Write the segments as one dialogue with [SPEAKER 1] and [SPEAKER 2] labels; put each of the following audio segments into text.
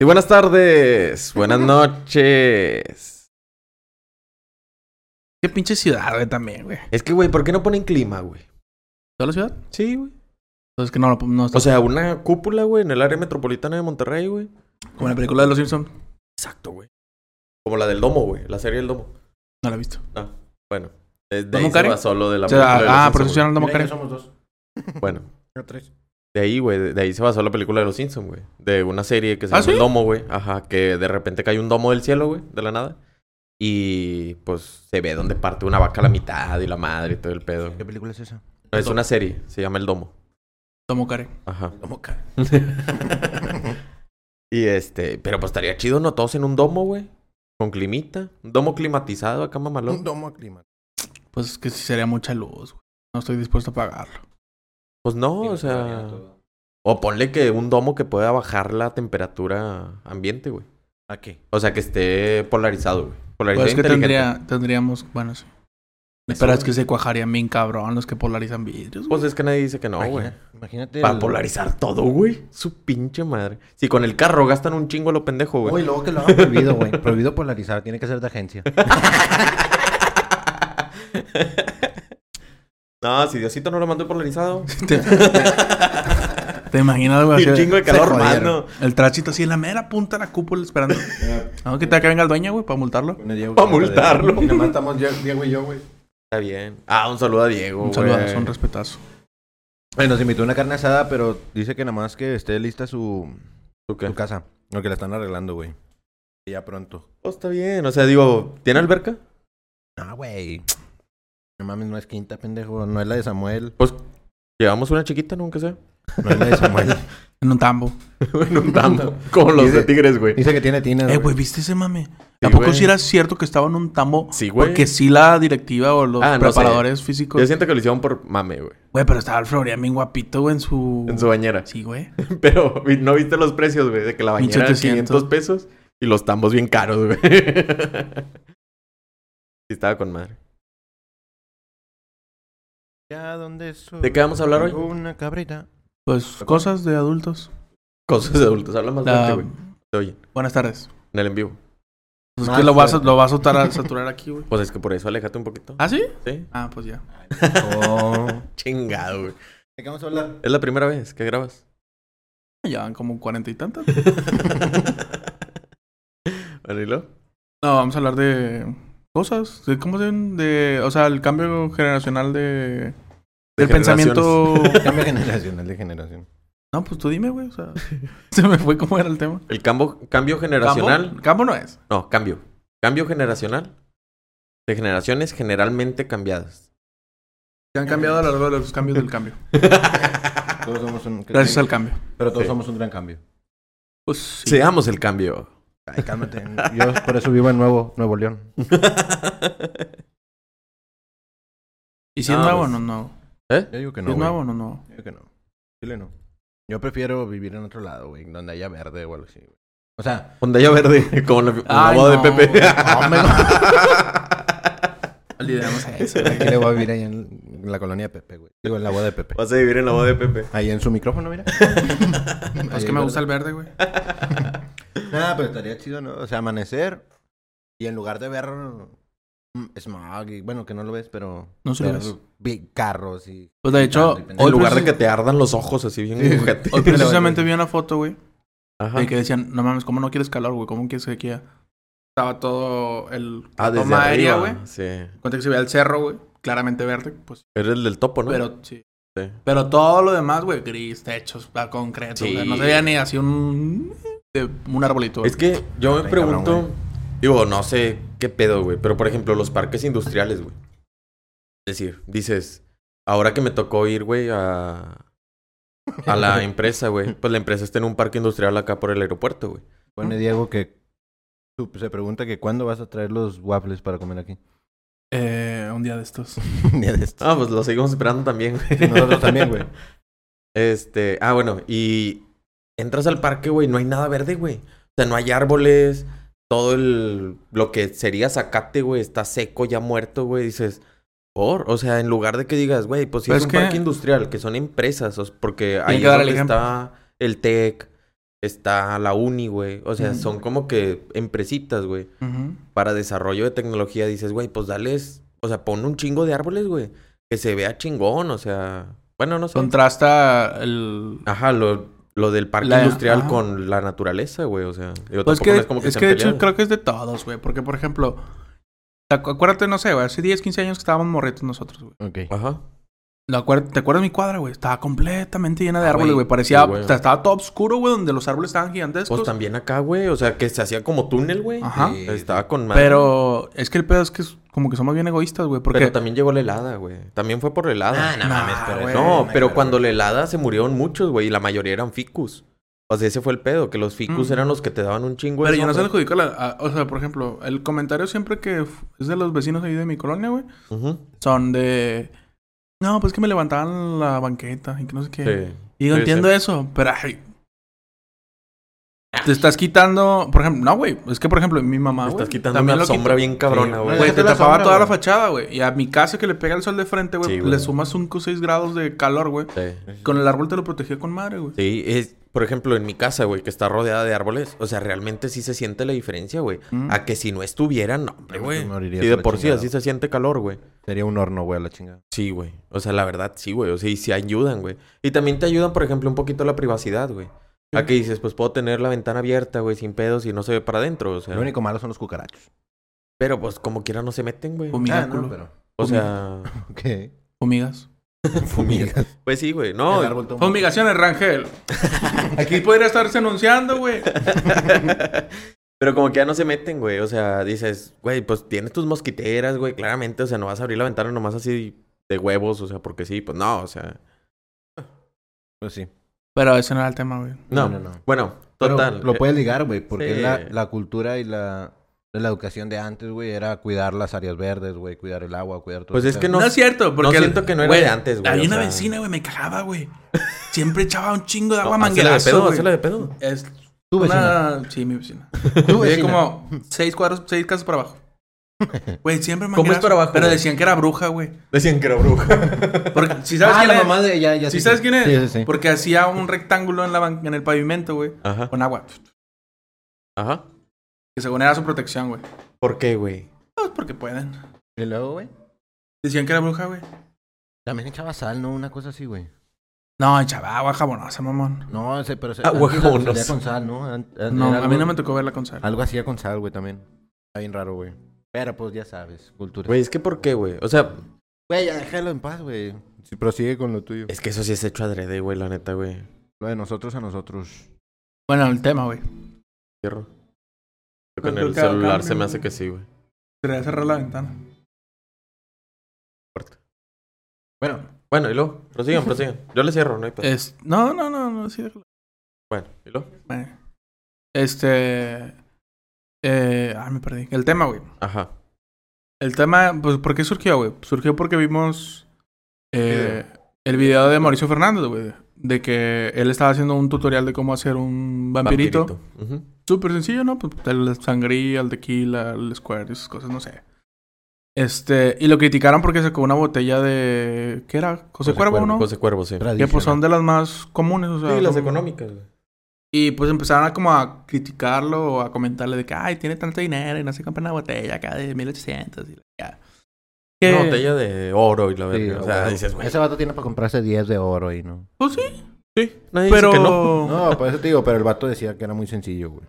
[SPEAKER 1] Y buenas tardes, buenas noches.
[SPEAKER 2] Qué pinche ciudad, güey, también, güey.
[SPEAKER 1] Es que, güey, ¿por qué no ponen clima, güey?
[SPEAKER 2] ¿Toda la ciudad?
[SPEAKER 1] Sí, güey.
[SPEAKER 2] Entonces que no, no, no está
[SPEAKER 1] O sea, una cúpula, güey, en el área metropolitana de Monterrey, güey.
[SPEAKER 2] como la película de Los Simpsons.
[SPEAKER 1] Exacto, güey. Como la del Domo, güey. La serie del Domo.
[SPEAKER 2] No la he visto.
[SPEAKER 1] Bueno. Desde
[SPEAKER 2] ¿Domo
[SPEAKER 1] ahí se
[SPEAKER 2] Karen?
[SPEAKER 1] basó lo de la
[SPEAKER 2] O sea,
[SPEAKER 1] película de los
[SPEAKER 2] ah,
[SPEAKER 1] Simpson,
[SPEAKER 2] por eso se
[SPEAKER 1] güey.
[SPEAKER 2] llama el Domo
[SPEAKER 3] Mira,
[SPEAKER 2] Karen.
[SPEAKER 3] ya somos dos.
[SPEAKER 1] Bueno,
[SPEAKER 3] Yo tres.
[SPEAKER 1] de ahí, güey. De de ahí se basó la película de los Simpsons, güey. De una serie que se
[SPEAKER 2] ¿Ah,
[SPEAKER 1] llama
[SPEAKER 2] sí?
[SPEAKER 1] El Domo, güey. Ajá, que de repente cae un domo del cielo, güey, de la nada. Y pues se ve donde parte una vaca a la mitad y la madre y todo el pedo.
[SPEAKER 3] ¿Qué película es esa?
[SPEAKER 1] No, es una serie, se llama El Domo.
[SPEAKER 2] Domo Karen.
[SPEAKER 1] Ajá.
[SPEAKER 3] Como ca-
[SPEAKER 1] Y este, pero pues estaría chido, ¿no? Todos en un domo, güey. Con climita. Un domo climatizado acá,
[SPEAKER 3] Un
[SPEAKER 1] mamalón.
[SPEAKER 3] domo a clima.
[SPEAKER 2] Pues es que sí sería mucha luz, güey. No estoy dispuesto a pagarlo.
[SPEAKER 1] Pues no, o sea. O ponle que un domo que pueda bajar la temperatura ambiente, güey.
[SPEAKER 3] ¿A qué?
[SPEAKER 1] O sea, que esté polarizado, güey. Polarizado
[SPEAKER 2] Pues es que
[SPEAKER 1] inteligente.
[SPEAKER 2] tendría, tendríamos, bueno, sí.
[SPEAKER 1] Eso,
[SPEAKER 2] Pero es
[SPEAKER 1] güey.
[SPEAKER 2] que se cuajarían bien cabrón los que polarizan vidrios, güey.
[SPEAKER 1] Pues es que nadie dice que no, güey.
[SPEAKER 3] Imagina- Imagínate.
[SPEAKER 1] Para
[SPEAKER 3] el-
[SPEAKER 1] polarizar todo, güey. Su pinche madre. Si con el carro gastan un chingo a lo pendejo, güey.
[SPEAKER 3] Uy, luego que lo hagan prohibido, güey. Prohibido polarizar. Tiene que ser de agencia.
[SPEAKER 1] no, si Diosito no lo mandó polarizado.
[SPEAKER 2] ¿Te, te imaginas, güey?
[SPEAKER 1] Y un
[SPEAKER 2] así-
[SPEAKER 1] chingo de calor,
[SPEAKER 2] se jodieron.
[SPEAKER 1] mano.
[SPEAKER 2] El trachito así en la mera punta de la cúpula esperando. No, que te que venga el dueño, güey, para multarlo.
[SPEAKER 1] Pa' multarlo.
[SPEAKER 3] Y nada más estamos Diego- Diego y yo, güey.
[SPEAKER 1] Está bien. Ah, un saludo a Diego,
[SPEAKER 2] Un saludo,
[SPEAKER 1] güey.
[SPEAKER 2] son respetazo.
[SPEAKER 3] Bueno, nos invitó una carne asada, pero dice que nada más que esté lista su,
[SPEAKER 1] ¿Tú qué?
[SPEAKER 3] su casa. Lo que la están arreglando, güey. Y Ya pronto.
[SPEAKER 1] Oh, está bien. O sea, digo, ¿tiene alberca?
[SPEAKER 3] No, güey. No mames, no es quinta, pendejo. No es la de Samuel.
[SPEAKER 1] Pues llevamos una chiquita, ¿no? Aunque sea.
[SPEAKER 3] No es la de Samuel.
[SPEAKER 2] En un tambo.
[SPEAKER 1] Eh, en un tambo. Como los de
[SPEAKER 3] Dice-
[SPEAKER 1] Tigres, güey.
[SPEAKER 3] Dice que tiene tinas.
[SPEAKER 2] Eh, güey, ¿viste ese mame?
[SPEAKER 1] Sí,
[SPEAKER 2] ¿A poco
[SPEAKER 1] güey.
[SPEAKER 2] sí era cierto que estaba en un tambo?
[SPEAKER 1] Sí, güey.
[SPEAKER 2] Porque sí la directiva o los
[SPEAKER 1] Ah, no sé.
[SPEAKER 2] preparadores
[SPEAKER 1] Yo
[SPEAKER 2] físicos.
[SPEAKER 1] siento que lo hicieron por mame, güey.
[SPEAKER 2] Güey, pero estaba el Florian bien guapito, güey, en su...
[SPEAKER 1] En su bañera.
[SPEAKER 2] Sí, güey.
[SPEAKER 1] Pero vi- no viste los precios, güey. De que la bañera era
[SPEAKER 2] 1700.
[SPEAKER 1] 500 pesos y los tambos bien caros, güey. Sí, estaba con madre.
[SPEAKER 3] Ya, ¿dónde es su-
[SPEAKER 1] ¿De qué vamos a hablar hoy?
[SPEAKER 3] Una cabrita.
[SPEAKER 2] Pues cosas de adultos.
[SPEAKER 1] Cosas de adultos. Habla más fuerte,
[SPEAKER 2] La-
[SPEAKER 1] güey. Te oyen.
[SPEAKER 2] Buenas tardes.
[SPEAKER 1] En el en vivo.
[SPEAKER 2] Pues es
[SPEAKER 3] Más
[SPEAKER 2] que lo vas, a,
[SPEAKER 3] fuerte.
[SPEAKER 2] lo vas a soltar a saturar aquí, güey.
[SPEAKER 1] Pues es que por eso aléjate un poquito.
[SPEAKER 2] ¿Ah, sí?
[SPEAKER 1] Sí.
[SPEAKER 2] Ah, pues ya.
[SPEAKER 3] Oh.
[SPEAKER 1] Chingado, güey.
[SPEAKER 3] ¿De qué vamos a hablar?
[SPEAKER 1] Es la primera vez que grabas.
[SPEAKER 2] Ya van como cuarenta y tantas.
[SPEAKER 1] Bueno, ¿y luego?
[SPEAKER 2] No, vamos a hablar de cosas. De, ¿Cómo se ven? De, o sea, el cambio generacional de...
[SPEAKER 1] De
[SPEAKER 2] Del pensamiento...
[SPEAKER 3] Cambio generacional de generación.
[SPEAKER 2] No, pues tú dime, güey. O sea, se me fue cómo era el tema.
[SPEAKER 1] El cambo- cambio generacional.
[SPEAKER 2] ¿Campo? Campo no es.
[SPEAKER 1] No, cambio. Cambio generacional de generaciones generalmente cambiadas.
[SPEAKER 2] Se han cambiado a lo largo de los cambios del cambio.
[SPEAKER 3] Todos somos un...
[SPEAKER 2] Gracias al cambio.
[SPEAKER 3] Pero todos
[SPEAKER 1] Sí.
[SPEAKER 3] somos un gran cambio.
[SPEAKER 2] Pues sí.
[SPEAKER 1] Seamos el cambio.
[SPEAKER 3] Ay, cálmate. Yo por eso vivo en Nuevo, Nuevo León.
[SPEAKER 2] ¿Y si es
[SPEAKER 1] No,
[SPEAKER 2] nuevo o
[SPEAKER 1] pues,
[SPEAKER 2] no es nuevo?
[SPEAKER 3] Yo digo que
[SPEAKER 2] ¿Si
[SPEAKER 3] no,
[SPEAKER 2] ¿Es
[SPEAKER 3] güey.
[SPEAKER 2] nuevo o no es nuevo?
[SPEAKER 3] Yo digo que no. Chile no. Yo prefiero vivir en otro lado, güey. Donde haya verde o algo así, güey. O sea...
[SPEAKER 1] Pondella verde, como la, como la
[SPEAKER 2] Ay,
[SPEAKER 1] boda
[SPEAKER 2] no,
[SPEAKER 1] de Pepe.
[SPEAKER 2] güey.
[SPEAKER 3] Olvidemos
[SPEAKER 2] eso.
[SPEAKER 3] Aquí le voy a vivir ahí en la colonia de Pepe, güey. Digo, en la boda de Pepe.
[SPEAKER 1] Vas a vivir en la boda de Pepe.
[SPEAKER 3] Ahí en su micrófono, mira.
[SPEAKER 2] Es Pues que me gusta el verde, güey.
[SPEAKER 3] Nada, pero estaría chido, ¿no? O sea, amanecer y en lugar de ver mm, smog y bueno, que no lo ves, pero
[SPEAKER 2] No se lo
[SPEAKER 3] ver
[SPEAKER 2] ves.
[SPEAKER 3] vi- carros y
[SPEAKER 2] Pues de hecho,
[SPEAKER 3] Tanto y
[SPEAKER 1] En
[SPEAKER 3] pensando.
[SPEAKER 2] hoy,
[SPEAKER 1] lugar
[SPEAKER 2] preci-
[SPEAKER 1] de que te ardan los ojos así bien
[SPEAKER 3] Sí.
[SPEAKER 1] ojete.
[SPEAKER 2] hoy precisamente vi una foto, güey,
[SPEAKER 1] Ajá.
[SPEAKER 2] de que decían, no mames, ¿cómo no quieres calor, güey? ¿Cómo quieres que quiera? Estaba todo el...
[SPEAKER 1] Ah, desde
[SPEAKER 2] toma aérea,
[SPEAKER 1] arriba,
[SPEAKER 2] güey.
[SPEAKER 1] Sí.
[SPEAKER 2] Cuenta que se veía el cerro, güey. Claramente verde, pues.
[SPEAKER 1] Eres el del topo, ¿no?
[SPEAKER 2] Pero sí.
[SPEAKER 1] Sí.
[SPEAKER 2] Pero todo lo demás, güey, gris, techos, ah, concreto.
[SPEAKER 1] Sí.
[SPEAKER 2] güey. No se veía ni así un... de un arbolito. güey.
[SPEAKER 1] Es que yo me
[SPEAKER 3] Ay, cabrón,
[SPEAKER 1] pregunto... digo, no sé qué pedo, güey. Pero, por ejemplo, los parques industriales, güey. Es decir, dices... Ahora que me tocó ir, güey, a... A la empresa, güey. Pues la empresa está en un parque industrial acá por el aeropuerto, güey.
[SPEAKER 3] Pone Diego que tú- se pregunta que cuándo vas a traer los waffles para comer aquí.
[SPEAKER 2] Eh, un día de estos.
[SPEAKER 3] Ni de estos.
[SPEAKER 1] Ah, pues lo seguimos esperando también, güey.
[SPEAKER 3] Nosotros también, güey.
[SPEAKER 1] Este, ah, bueno, y entras al parque, güey, no hay nada verde, güey. O sea, no hay árboles, todo el lo que sería zacate, güey, está seco, ya muerto, güey, dices, por, o sea, en lugar de que digas, güey, pues sí
[SPEAKER 2] Pero
[SPEAKER 1] es,
[SPEAKER 2] es
[SPEAKER 1] un
[SPEAKER 2] que-
[SPEAKER 1] parque industrial, que son empresas, o s- porque ahí
[SPEAKER 2] que
[SPEAKER 1] es
[SPEAKER 2] dar el
[SPEAKER 1] donde
[SPEAKER 2] ejemplo.
[SPEAKER 1] está el Tec, E está la uni, güey. O sea,
[SPEAKER 2] Ujú.
[SPEAKER 1] son como que empresitas, güey.
[SPEAKER 2] Ujú.
[SPEAKER 1] Para desarrollo de tecnología dices, güey, pues dales, o sea, pon un chingo de árboles, güey. Que se vea chingón, o sea, bueno, no sé.
[SPEAKER 2] Contrasta el...
[SPEAKER 1] Ajá, lo, lo del parque
[SPEAKER 2] La-
[SPEAKER 1] industrial
[SPEAKER 2] ajá.
[SPEAKER 1] con la naturaleza, güey, o sea. Yo
[SPEAKER 2] Pues
[SPEAKER 1] tampoco
[SPEAKER 2] que,
[SPEAKER 1] no
[SPEAKER 2] es que,
[SPEAKER 1] sean
[SPEAKER 2] de hecho
[SPEAKER 1] peleados.
[SPEAKER 2] creo que es de todos, güey. Porque, por ejemplo, te acu- acuérdate, no sé, güey, hace 10, 15 años que estábamos morritos nosotros, güey.
[SPEAKER 3] Ok.
[SPEAKER 1] Ajá.
[SPEAKER 2] ¿Te acuer- ¿Te acuerdas mi cuadra, güey? Estaba completamente llena de
[SPEAKER 1] Ah,
[SPEAKER 2] árboles,
[SPEAKER 1] güey,
[SPEAKER 2] güey. Parecía...
[SPEAKER 1] sí, güey.
[SPEAKER 2] o sea, estaba todo oscuro, güey, donde los árboles estaban gigantescos.
[SPEAKER 1] Pues también acá, güey, o sea, que se hacía como túnel, güey.
[SPEAKER 2] Ajá.
[SPEAKER 1] Eh, Estaba con madre.
[SPEAKER 2] Pero es que el pedo es que es- como que somos bien egoístas, güey. Porque...
[SPEAKER 1] Pero también llegó la helada, güey. También fue por la helada.
[SPEAKER 3] Ah,
[SPEAKER 2] Nah,
[SPEAKER 3] no mames, pero-
[SPEAKER 2] güey.
[SPEAKER 1] No, pero
[SPEAKER 3] claro.
[SPEAKER 1] cuando la helada se murieron muchos, güey, y la mayoría eran ficus. O sea, ese fue el pedo, que los ficus
[SPEAKER 2] Mm.
[SPEAKER 1] eran los que te daban un chingo de
[SPEAKER 2] Pero yo no se
[SPEAKER 1] sombra.
[SPEAKER 2] adjudico la... a- o sea, por ejemplo, el comentario siempre que f- es de los vecinos ahí de mi colonia, güey,
[SPEAKER 1] Ujú,
[SPEAKER 2] son de... No, pues que me levantaban la banqueta y que no sé qué.
[SPEAKER 1] sí.
[SPEAKER 2] Y yo
[SPEAKER 1] Sí,
[SPEAKER 2] entiendo eso, pero... ay, te estás quitando... Por ejemplo, no, güey. Es que, por ejemplo, mi mamá,
[SPEAKER 1] Me
[SPEAKER 2] Ah, güey,
[SPEAKER 1] estás quitando
[SPEAKER 2] también
[SPEAKER 1] una
[SPEAKER 2] lo quitó.
[SPEAKER 1] sombra bien cabrona,
[SPEAKER 3] Sí,
[SPEAKER 1] güey.
[SPEAKER 2] Güey,
[SPEAKER 3] Déjate
[SPEAKER 2] te
[SPEAKER 3] la
[SPEAKER 2] tapaba
[SPEAKER 3] sombra,
[SPEAKER 2] toda la
[SPEAKER 3] güey.
[SPEAKER 2] fachada, güey. Y a mi casa que le pega el sol de frente, güey,
[SPEAKER 1] Sí, güey.
[SPEAKER 2] le sumas 5 o 6 grados de calor, güey.
[SPEAKER 1] Sí.
[SPEAKER 2] Con el árbol te lo protegía con madre, güey.
[SPEAKER 1] Sí, es, por ejemplo, en mi casa, güey, que está rodeada de árboles, o sea, realmente sí se siente la diferencia, güey.
[SPEAKER 2] Mm.
[SPEAKER 1] A que si no estuvieran, no, hombre, güey.
[SPEAKER 3] Te
[SPEAKER 1] Y
[SPEAKER 3] morirías
[SPEAKER 1] de
[SPEAKER 3] la
[SPEAKER 1] por sí
[SPEAKER 3] chingada.
[SPEAKER 1] así se siente calor, güey.
[SPEAKER 3] Sería un horno, güey, a la chingada.
[SPEAKER 1] Sí, güey. O sea, la verdad, sí, güey. O sea, y sí ayudan, güey. Y también te ayudan, por ejemplo, un poquito la privacidad, güey. A que dices, pues puedo tener la ventana abierta, güey, sin pedos y no se ve para adentro, o sea.
[SPEAKER 3] Lo único malo son los cucarachos.
[SPEAKER 1] Pero pues como quiera no se meten, güey. Ah,
[SPEAKER 2] Fumiga, culo.
[SPEAKER 3] pero...
[SPEAKER 1] O sea,
[SPEAKER 3] Ok.
[SPEAKER 2] Fumigas.
[SPEAKER 1] fumiga. Pues sí, güey. No,
[SPEAKER 3] El árbol toma-
[SPEAKER 2] Fumigaciones, Rangel. Aquí podría estarse anunciando, güey.
[SPEAKER 1] Pero como que ya no se meten, güey. O sea, dices, güey, pues tienes tus mosquiteras, güey, claramente. O sea, no vas a abrir la ventana nomás así de huevos, o sea, porque sí, pues no, o sea.
[SPEAKER 3] Pues sí.
[SPEAKER 2] Pero ese no era el tema, güey.
[SPEAKER 1] No,
[SPEAKER 3] No, no, no.
[SPEAKER 1] Mm, Bueno,
[SPEAKER 3] Pero
[SPEAKER 1] total. eh,
[SPEAKER 3] lo puedes ligar, güey, porque
[SPEAKER 1] Sí.
[SPEAKER 3] es la, la cultura y la, la educación de antes, güey, era cuidar las áreas verdes, güey, cuidar el agua, cuidar todo
[SPEAKER 1] Pues
[SPEAKER 3] ese
[SPEAKER 1] es
[SPEAKER 3] pedo.
[SPEAKER 1] que
[SPEAKER 2] No,
[SPEAKER 1] no.
[SPEAKER 2] es cierto, porque...
[SPEAKER 1] no siento que no era
[SPEAKER 2] güey,
[SPEAKER 1] de antes, güey, o
[SPEAKER 2] Había una
[SPEAKER 1] sea.
[SPEAKER 2] vecina, güey, me cagaba, güey. Siempre echaba un chingo de agua
[SPEAKER 1] no, hazle de
[SPEAKER 2] manguerazo,
[SPEAKER 1] pedo,
[SPEAKER 2] güey.
[SPEAKER 1] hazle de pedo.
[SPEAKER 2] Es
[SPEAKER 3] Tu vecina.
[SPEAKER 2] una... Sí, mi vecina.
[SPEAKER 3] Tu
[SPEAKER 2] Vive
[SPEAKER 3] vecina. Ah,
[SPEAKER 2] como seis cuadros, seis casas para abajo. Güey, siempre
[SPEAKER 1] ¿Cómo es
[SPEAKER 2] manguerazo,
[SPEAKER 1] para abajo,
[SPEAKER 2] Pero
[SPEAKER 1] güey?
[SPEAKER 2] decían que era bruja, güey.
[SPEAKER 1] Decían que era bruja.
[SPEAKER 2] Porque si sabes
[SPEAKER 3] ah,
[SPEAKER 2] quién
[SPEAKER 3] la
[SPEAKER 2] es,
[SPEAKER 3] mamá de ella, ya
[SPEAKER 2] ¿Sí
[SPEAKER 3] sé
[SPEAKER 2] sabes quién es?
[SPEAKER 3] Sí, sí, sí.
[SPEAKER 2] porque hacía un rectángulo en, la ban- en el pavimento, güey,
[SPEAKER 1] Ajá.
[SPEAKER 2] con agua.
[SPEAKER 1] Ajá.
[SPEAKER 2] Que según era su protección, güey.
[SPEAKER 1] ¿Por qué, güey?
[SPEAKER 2] Pues porque pueden.
[SPEAKER 3] Y luego, güey,
[SPEAKER 2] Decían que era bruja, güey.
[SPEAKER 3] también echaba sal, ¿no? Una cosa así, güey.
[SPEAKER 2] No, echaba agua jabonosa, mamón.
[SPEAKER 3] No, ese, pero... se-
[SPEAKER 1] Ah, güey,
[SPEAKER 3] antes la-
[SPEAKER 1] vámonos.
[SPEAKER 3] salía con sal, ¿no? An- an-
[SPEAKER 2] No,
[SPEAKER 3] era
[SPEAKER 2] a mí
[SPEAKER 3] algo-
[SPEAKER 2] no me tocó verla con sal.
[SPEAKER 3] Algo hacía con sal, güey, también. Está bien raro, güey. Pero, pues, ya sabes, cultura.
[SPEAKER 1] Güey, es que ¿por qué, güey? O sea,
[SPEAKER 3] Güey, ya déjalo en paz, güey. Si prosigue con lo tuyo.
[SPEAKER 1] es que eso sí es hecho adrede, güey, la neta, güey.
[SPEAKER 3] Lo de nosotros a nosotros.
[SPEAKER 2] Bueno, el tema, güey.
[SPEAKER 1] Cierro. Yo Con
[SPEAKER 2] Creo
[SPEAKER 1] el
[SPEAKER 2] que acá,
[SPEAKER 1] celular se me
[SPEAKER 2] güey.
[SPEAKER 1] hace que sí, güey.
[SPEAKER 2] Quería cerrar la ventana.
[SPEAKER 1] Fuerte.
[SPEAKER 3] Bueno,
[SPEAKER 1] Bueno, y luego, prosigan, prosigan. Yo le cierro, no hay
[SPEAKER 3] Pues.
[SPEAKER 1] pedo.
[SPEAKER 2] Es... No, no, no, no, sí.
[SPEAKER 1] Bueno, y luego.
[SPEAKER 2] eh. Este... Eh... Ah, me perdí. El tema, güey.
[SPEAKER 1] Ajá.
[SPEAKER 2] El tema, pues, ¿por qué surgió, güey? Surgió porque vimos eh, el video de Mauricio Fernández, güey. De que él estaba haciendo un tutorial de cómo hacer un vampirito.
[SPEAKER 1] Vampirito. Ujú.
[SPEAKER 2] Súper sencillo, ¿no? Pues la sangría, el tequila, el square, esas cosas, no sé. Este, y lo criticaron porque sacó una botella de. ¿Qué era? José,
[SPEAKER 3] José
[SPEAKER 2] Cuervo, ¿no?
[SPEAKER 1] José Cuervo, sí.
[SPEAKER 2] Que pues son de las más comunes, o sea.
[SPEAKER 1] Sí, las
[SPEAKER 2] como-
[SPEAKER 1] económicas, güey.
[SPEAKER 2] Y pues empezaron a como a criticarlo o a comentarle de que, ay, tiene tanto dinero y no se compra una botella acá de 1800 y la chingada. Que-
[SPEAKER 1] Una botella de oro y la verga. o sea, dices, güey.
[SPEAKER 3] Ese vato tiene para comprarse 10 de oro y no.
[SPEAKER 2] Pues sí,
[SPEAKER 1] Sí, nadie
[SPEAKER 2] pero.
[SPEAKER 1] dice que no.
[SPEAKER 3] No, por eso te digo, pero el vato decía que era muy sencillo, güey.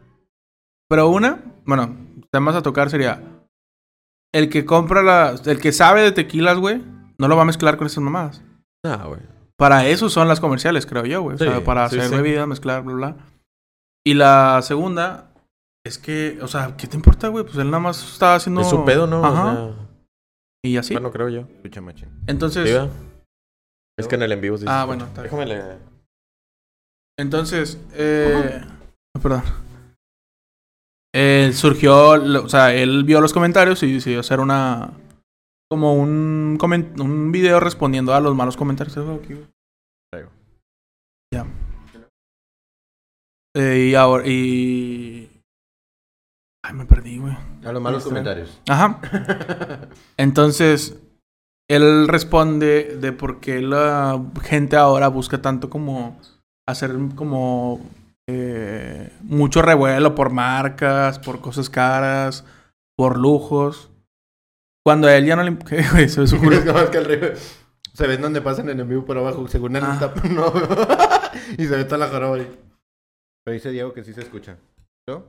[SPEAKER 2] Pero una, bueno, temas a tocar sería el que compra la, el que sabe de tequilas, güey, no lo va a mezclar con esas mamadas.
[SPEAKER 1] No, Ah, güey.
[SPEAKER 2] Para eso son las comerciales, creo yo, güey. O sea,
[SPEAKER 1] Sí,
[SPEAKER 2] para
[SPEAKER 1] sí,
[SPEAKER 2] hacer
[SPEAKER 1] sí.
[SPEAKER 2] bebidas, mezclar, bla, bla. Y la segunda es que, o sea, ¿qué te importa, güey? Pues él nada más estaba haciendo
[SPEAKER 1] Es su pedo, ¿no? O
[SPEAKER 2] Ajá.
[SPEAKER 1] sea,
[SPEAKER 2] y así.
[SPEAKER 1] Bueno, creo yo.
[SPEAKER 3] Escucha, machín.
[SPEAKER 2] Entonces,
[SPEAKER 1] Sí, ¿verdad? Es que en el en vivo sí. se
[SPEAKER 2] Ah,
[SPEAKER 1] escucha.
[SPEAKER 2] bueno, está bien.
[SPEAKER 1] Déjame le.
[SPEAKER 2] Entonces, eh, ah, perdón. Eh, surgió, lo- o sea, él vio los comentarios y decidió hacer una como un comen- un video respondiendo a los malos comentarios. Algo aquí, güey.
[SPEAKER 3] Traigo.
[SPEAKER 2] Ya. Eh, y ahora y ay, me perdí, güey.
[SPEAKER 3] A los malos
[SPEAKER 2] Sí.
[SPEAKER 3] comentarios.
[SPEAKER 2] Ajá. Entonces, él responde de por qué la gente ahora busca tanto como hacer como eh, mucho revuelo por marcas, por cosas caras, por lujos. Cuando a él ya no le... imp- ¿Qué, güey? Se me ocurrió.
[SPEAKER 3] Es más que el río. Se ven donde pasan en vivo por abajo, según el
[SPEAKER 2] Ah.
[SPEAKER 3] tap, no. y se ve toda la joroba ahí. Pero dice Diego que sí se escucha. ¿No?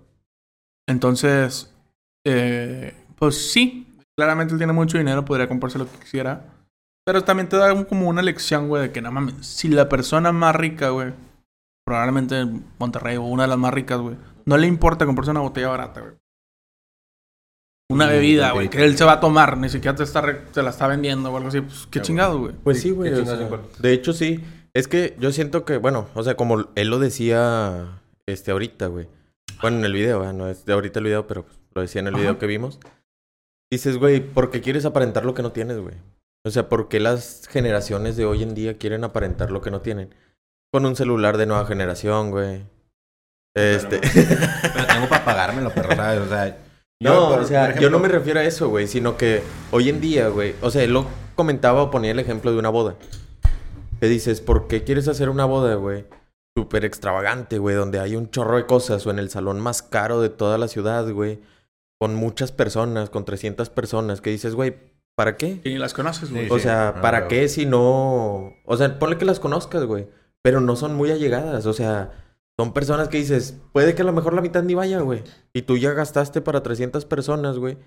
[SPEAKER 2] Entonces, eh, pues sí, claramente él tiene mucho dinero, podría comprarse lo que quisiera. Pero también te da un- como una lección, güey, de que no mames, si la persona más rica, güey, probablemente en Monterrey o una de las más ricas, güey, no le importa comprarse una botella barata, güey. Una
[SPEAKER 3] Mm,
[SPEAKER 2] bebida, güey,
[SPEAKER 3] ok.
[SPEAKER 2] que él se va a tomar, ni siquiera te, está re- te la está vendiendo o algo así, pues qué
[SPEAKER 3] Ya,
[SPEAKER 2] chingado, güey.
[SPEAKER 1] Pues
[SPEAKER 3] Sí,
[SPEAKER 1] sí, güey.
[SPEAKER 3] qué
[SPEAKER 1] o
[SPEAKER 3] chingados
[SPEAKER 1] sea,
[SPEAKER 3] importa.
[SPEAKER 1] de hecho, sí. Es que yo siento que, bueno, o sea, como él lo decía este ahorita, güey. Bueno, en el video, ¿verdad? no es de ahorita el video, pero pues, lo decía en el
[SPEAKER 2] Ajá.
[SPEAKER 1] video que vimos. Dices, güey, ¿por qué quieres aparentar lo que no tienes, güey? O sea, ¿por qué las generaciones de hoy en día quieren aparentar lo que no tienen? Con un celular de nueva generación, güey. Este.
[SPEAKER 3] Pero tengo para pagármelo, perro, ¿sabes? O sea. yo,
[SPEAKER 1] No,
[SPEAKER 3] por-
[SPEAKER 1] o sea,
[SPEAKER 3] por ejemplo,
[SPEAKER 1] yo no me refiero a eso, güey, sino que hoy en día, güey, o sea, él lo comentaba o ponía el ejemplo de una boda. Que dices, ¿por qué quieres hacer una boda, güey? Súper extravagante, güey, donde hay un chorro de cosas o en el salón más caro de toda la ciudad, güey, con muchas personas, con 300 personas, que dices, güey, ¿para qué?
[SPEAKER 2] Y ni las conoces, güey.
[SPEAKER 3] Sí,
[SPEAKER 1] O
[SPEAKER 3] sí.
[SPEAKER 1] sea,
[SPEAKER 3] Ah,
[SPEAKER 1] ¿para
[SPEAKER 3] huevo.
[SPEAKER 1] qué si no...? O sea, ponle que las conozcas, güey. Pero no son muy allegadas. O sea, son personas que dices, puede que a lo mejor la mitad ni vaya, güey. Y tú ya gastaste para 300 personas, güey.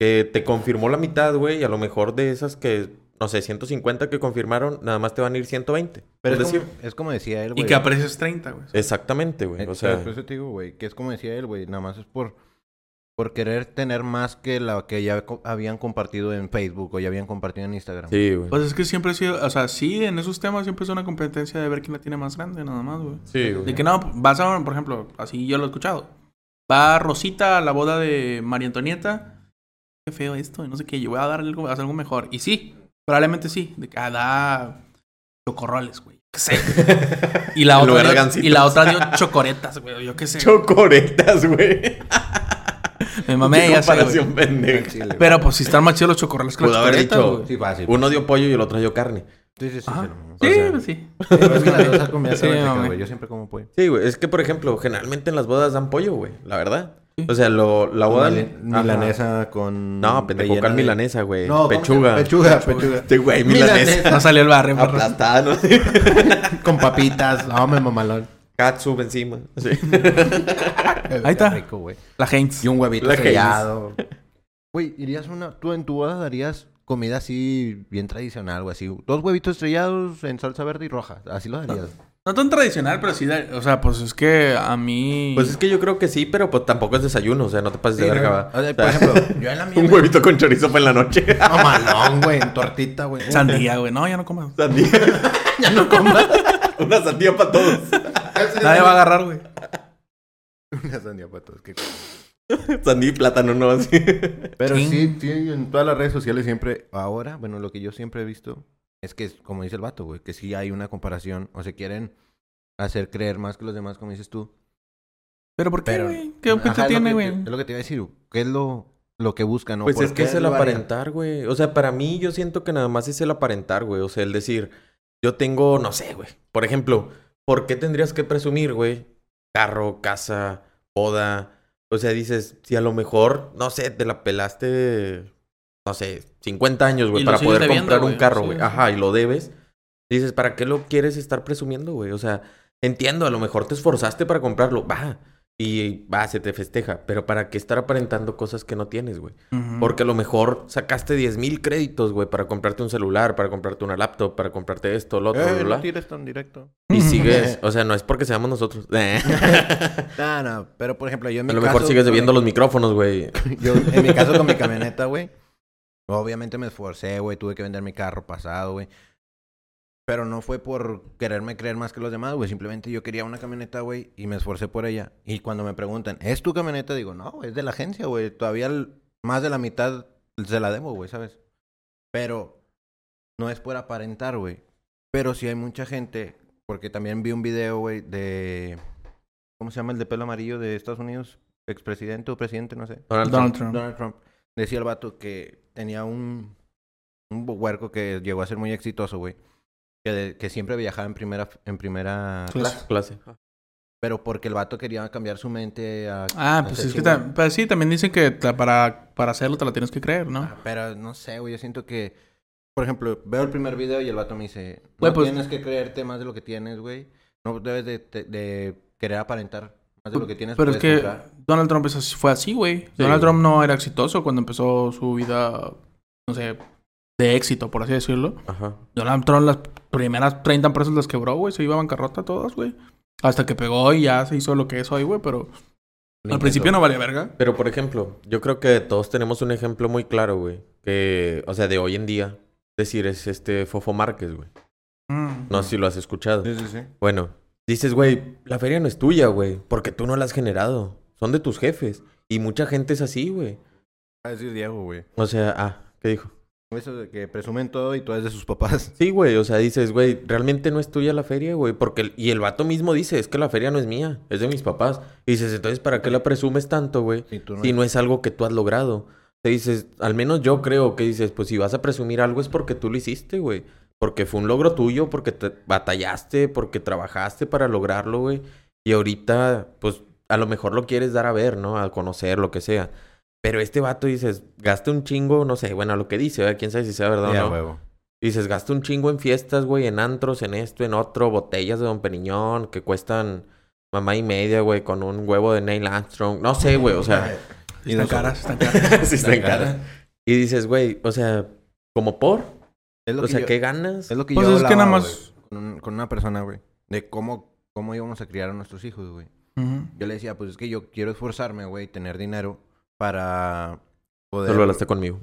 [SPEAKER 1] Que te confirmó la mitad, güey. Y a lo mejor de esas que, no sé, 150 que confirmaron, nada más te van a ir 120.
[SPEAKER 3] Pero
[SPEAKER 1] Por
[SPEAKER 3] es,
[SPEAKER 1] decir.
[SPEAKER 3] como, es como decía él,
[SPEAKER 2] Y
[SPEAKER 3] güey.
[SPEAKER 2] que aprecias 30, güey.
[SPEAKER 1] Exactamente, güey. O sea,
[SPEAKER 3] Por eso te digo, güey, que es como decía él, güey, nada más es por, por querer tener más que la que ya co- habían compartido en Facebook o ya habían compartido en Instagram.
[SPEAKER 1] sí, güey.
[SPEAKER 2] Pues es que siempre ha sido, o sea, sí, en esos temas siempre es una competencia de ver quién la tiene más grande, nada más, güey.
[SPEAKER 1] Sí, güey.
[SPEAKER 2] De que no, vas a, por ejemplo, así yo lo he escuchado. Va Rosita a la boda de María Antonieta. Qué feo esto, y no sé qué, yo voy a dar algo, a hacer algo mejor. Y sí, probablemente sí. De que ah, da chocorroles, güey. Qué sé. Y la
[SPEAKER 1] En lugar
[SPEAKER 2] otra,
[SPEAKER 1] de
[SPEAKER 2] dio,
[SPEAKER 1] gansitos.
[SPEAKER 2] y la otra dio chocoretas, güey. Yo qué sé.
[SPEAKER 1] Chocoretas, güey.
[SPEAKER 2] Me mamé,
[SPEAKER 1] Qué
[SPEAKER 2] ya sé, güey.
[SPEAKER 1] comparación pendeja.
[SPEAKER 2] Pero pues si están más chidos los chocorroles que las
[SPEAKER 1] Pudo haber
[SPEAKER 2] chocoretas,
[SPEAKER 1] dicho, Ah,
[SPEAKER 2] güey.
[SPEAKER 3] Sí, fácil.
[SPEAKER 1] Uno dio pollo y el otro dio carne.
[SPEAKER 3] Sí, sí, sí.
[SPEAKER 2] Ajá.
[SPEAKER 3] se lo mamó.
[SPEAKER 2] Sí,
[SPEAKER 3] O sea,
[SPEAKER 2] pues, sí.
[SPEAKER 3] pero es que las dos esas comidas
[SPEAKER 2] Sí,
[SPEAKER 3] saben ricas,
[SPEAKER 2] mami.
[SPEAKER 3] güey. Yo siempre como pollo.
[SPEAKER 1] Sí, güey. Es que, por ejemplo, generalmente en las bodas dan pollo, güey. La verdad. O sea, lo, la boda...
[SPEAKER 3] Mil-
[SPEAKER 1] Ajá.
[SPEAKER 3] milanesa con...
[SPEAKER 1] No, pendejo,
[SPEAKER 3] rellena
[SPEAKER 1] ¿cuál
[SPEAKER 3] de-
[SPEAKER 1] milanesa, güey?
[SPEAKER 3] No, ¿cómo se
[SPEAKER 1] pechuga.
[SPEAKER 3] llama? Pechuga, pechuga.
[SPEAKER 1] Este güey, milanesa.
[SPEAKER 2] No salió el barrio,
[SPEAKER 1] Ah,
[SPEAKER 2] perro.
[SPEAKER 1] Aplastada, ¿no?
[SPEAKER 3] con papitas. No, me mamalón.
[SPEAKER 1] Katsu encima. Sí.
[SPEAKER 2] Ahí está.
[SPEAKER 3] Rico, güey.
[SPEAKER 2] La Heinz.
[SPEAKER 3] Y un huevito
[SPEAKER 1] La que
[SPEAKER 3] sellado. Güey, irías una... Tú en tu boda darías comida así bien tradicional, güey. Así, dos huevitos estrellados en salsa verde y roja. Así lo darías.
[SPEAKER 2] No tan tradicional, pero sí, da- o sea, pues es que a mí...
[SPEAKER 1] Pues es que yo creo que sí, pero pues tampoco es desayuno. O sea, no te pases de verga, va.
[SPEAKER 3] O sea,
[SPEAKER 1] O
[SPEAKER 3] por
[SPEAKER 1] sea,
[SPEAKER 3] ejemplo, yo en la mía...
[SPEAKER 1] un huevito con chorizo para en la noche.
[SPEAKER 3] No, malón, güey. En tortita, güey.
[SPEAKER 2] Sandía, güey. No, ya no comas.
[SPEAKER 1] Sandía.
[SPEAKER 3] Ya no comas.
[SPEAKER 1] Una sandía para todos.
[SPEAKER 2] Nadie va a agarrar, güey.
[SPEAKER 3] Una sandía para todos. qué
[SPEAKER 1] Sandía y plátano, ¿no? Así.
[SPEAKER 3] Pero
[SPEAKER 2] Ching.
[SPEAKER 3] sí, sí, en todas las redes sociales siempre, ahora, bueno, lo que yo siempre he visto es que, es como dice el vato, güey, que sí hay una comparación, o se quieren hacer creer más que los demás, como dices tú.
[SPEAKER 2] ¿Pero por qué,
[SPEAKER 3] Pero-
[SPEAKER 2] güey? ¿Qué
[SPEAKER 3] Ajá,
[SPEAKER 2] objeto
[SPEAKER 3] es lo
[SPEAKER 2] tiene,
[SPEAKER 3] que-
[SPEAKER 2] güey?
[SPEAKER 3] Es lo que te iba a decir, ¿qué es lo, lo que buscan? ¿no?
[SPEAKER 1] Pues
[SPEAKER 3] ¿Por
[SPEAKER 1] es que
[SPEAKER 3] qué
[SPEAKER 1] es el
[SPEAKER 3] lo harían?
[SPEAKER 1] aparentar, güey. O sea, para mí yo siento que nada más es el aparentar, güey. O sea, el decir, yo tengo, no sé, güey. Por ejemplo, ¿por qué tendrías que presumir, güey? Carro, casa, boda. O sea, dices, si a lo mejor, no sé, te la pelaste, no sé, 50 años, güey,
[SPEAKER 2] Y lo
[SPEAKER 1] para
[SPEAKER 2] sigues
[SPEAKER 1] poder
[SPEAKER 2] debiendo,
[SPEAKER 1] comprar
[SPEAKER 2] güey.
[SPEAKER 1] un carro,
[SPEAKER 2] Sí,
[SPEAKER 1] güey.
[SPEAKER 2] sí.
[SPEAKER 1] Ajá, y lo debes. Dices, ¿para qué lo quieres estar presumiendo, güey? O sea, entiendo, a lo mejor te esforzaste para comprarlo, va. Y va, se te festeja. Pero ¿para qué estar aparentando cosas que no tienes, güey?
[SPEAKER 2] Ujú.
[SPEAKER 1] Porque a lo mejor sacaste 10 mil créditos, güey, para comprarte un celular, para comprarte una laptop, para comprarte esto, lo otro,
[SPEAKER 3] Eh,
[SPEAKER 1] bla,
[SPEAKER 3] no
[SPEAKER 1] bla.
[SPEAKER 3] tires tan directo.
[SPEAKER 1] Y sigues. O sea, no es porque seamos nosotros. a
[SPEAKER 3] No, no, pero por ejemplo, yo en mi
[SPEAKER 1] lo mejor
[SPEAKER 3] caso-
[SPEAKER 1] sigues debiendo los micrófonos, güey.
[SPEAKER 3] Yo, en mi caso, con mi camioneta, güey. Obviamente me esforcé, güey. Tuve que vender mi carro pasado, güey. Pero no fue por quererme creer más que los demás, güey. Simplemente yo quería una camioneta, güey, y me esforcé por ella. Y cuando me preguntan, ¿es tu camioneta? Digo, no, güey, es de la agencia, güey. Todavía el- más de la mitad se la debo, güey, ¿sabes? Pero no es por aparentar, güey. Pero sí hay mucha gente, porque también vi un video, güey, de... ¿Cómo se llama el de pelo amarillo de Estados Unidos? Expresidente o presidente, no sé.
[SPEAKER 1] Donald
[SPEAKER 2] Donald
[SPEAKER 1] Trump.
[SPEAKER 2] Trump.
[SPEAKER 3] Donald Trump. Decía el vato que tenía un, un bu- huerco que llegó a ser muy exitoso, güey. Que, de- que siempre viajaba en primera, en primera
[SPEAKER 2] Clase.
[SPEAKER 3] clase.
[SPEAKER 1] Clase.
[SPEAKER 3] Pero porque el vato quería cambiar su mente a...
[SPEAKER 2] Ah,
[SPEAKER 3] no
[SPEAKER 2] pues
[SPEAKER 3] sé
[SPEAKER 2] es
[SPEAKER 3] si,
[SPEAKER 2] que
[SPEAKER 3] güey.
[SPEAKER 2] tam- pues sí, también dicen que ta- para, para hacerlo te la tienes que creer, ¿no?
[SPEAKER 3] Ah, Pero no sé, güey. Yo siento que... Por ejemplo, veo el primer video y el vato me dice... No
[SPEAKER 2] Güey, pues-
[SPEAKER 3] tienes que creerte más de lo que tienes, güey. No debes de, te- de querer aparentar más de lo que tienes.
[SPEAKER 2] Pero es
[SPEAKER 3] puedes
[SPEAKER 2] que
[SPEAKER 3] comprar".
[SPEAKER 2] Donald Trump es así- fue así, güey. Donald Trump no era exitoso cuando empezó su vida, no sé, de éxito, por así decirlo.
[SPEAKER 1] Ajá.
[SPEAKER 2] Donald Trump las primeras 30 empresas las quebró, güey. Se iba a bancarrota todas, güey. Hasta que pegó y ya se hizo lo que es hoy, güey. Pero
[SPEAKER 1] Lo
[SPEAKER 2] al principio
[SPEAKER 1] intentó.
[SPEAKER 2] no valía verga.
[SPEAKER 1] Pero, por ejemplo, yo creo que todos tenemos un ejemplo muy claro, güey. Que, o sea, de hoy en día. Es decir, es este Fofo Márquez, güey.
[SPEAKER 2] Mm.
[SPEAKER 1] No sé si lo has escuchado.
[SPEAKER 3] Sí, sí, sí.
[SPEAKER 1] Bueno, dices, güey, la feria no es tuya, güey. Porque tú no la has generado. Son de tus jefes. Y mucha gente es así, güey.
[SPEAKER 3] Va a decir Ah, Diego, güey.
[SPEAKER 1] O sea, ah, ¿qué dijo?
[SPEAKER 3] Eso de que presumen todo y todo es de sus papás.
[SPEAKER 1] Sí, güey, o sea, dices, güey, realmente no es tuya la feria, güey, porque... el- Y el vato mismo dice, es que la feria no es mía, es de mis papás. Y dices, entonces, ¿para qué la presumes tanto, güey?
[SPEAKER 3] Si tú no...
[SPEAKER 1] Si no es algo que tú has logrado. Te dices, al menos yo creo que dices, pues si vas a presumir algo es porque tú lo hiciste, güey. Porque fue un logro tuyo, porque te batallaste, porque trabajaste para lograrlo, güey. Y ahorita, pues, a lo mejor lo quieres dar a ver, ¿no? A conocer, lo que sea. Pero este vato dices, gaste un chingo, no sé, bueno, lo que dice, ¿verdad? quién sabe si sea verdad o
[SPEAKER 3] Ya,
[SPEAKER 1] no.
[SPEAKER 3] huevo.
[SPEAKER 1] Dices, gasto un chingo en fiestas, güey, en antros, en esto, en otro, botellas de Don Periñón que cuestan mamá y media, güey, con un huevo de Neil Armstrong. No sé, güey, o sea,
[SPEAKER 3] Y
[SPEAKER 2] están
[SPEAKER 3] los-
[SPEAKER 2] caras, están caras.
[SPEAKER 1] sí están caras. Y dices, güey, o sea, como por,
[SPEAKER 3] Es lo
[SPEAKER 1] o
[SPEAKER 3] que
[SPEAKER 1] sea,
[SPEAKER 3] yo-
[SPEAKER 1] ¿qué ganas?
[SPEAKER 3] Es lo que
[SPEAKER 2] Pues
[SPEAKER 3] yo
[SPEAKER 2] es que nada
[SPEAKER 3] hablaba,
[SPEAKER 2] más-
[SPEAKER 3] güey, Con, un- con una persona, güey. De cómo, cómo íbamos a criar a nuestros hijos, güey.
[SPEAKER 2] Ujú.
[SPEAKER 3] Yo le decía, pues es que yo quiero esforzarme, güey, tener dinero
[SPEAKER 1] Tú
[SPEAKER 3] para
[SPEAKER 1] Pues lo
[SPEAKER 3] poder...
[SPEAKER 1] hablaste conmigo,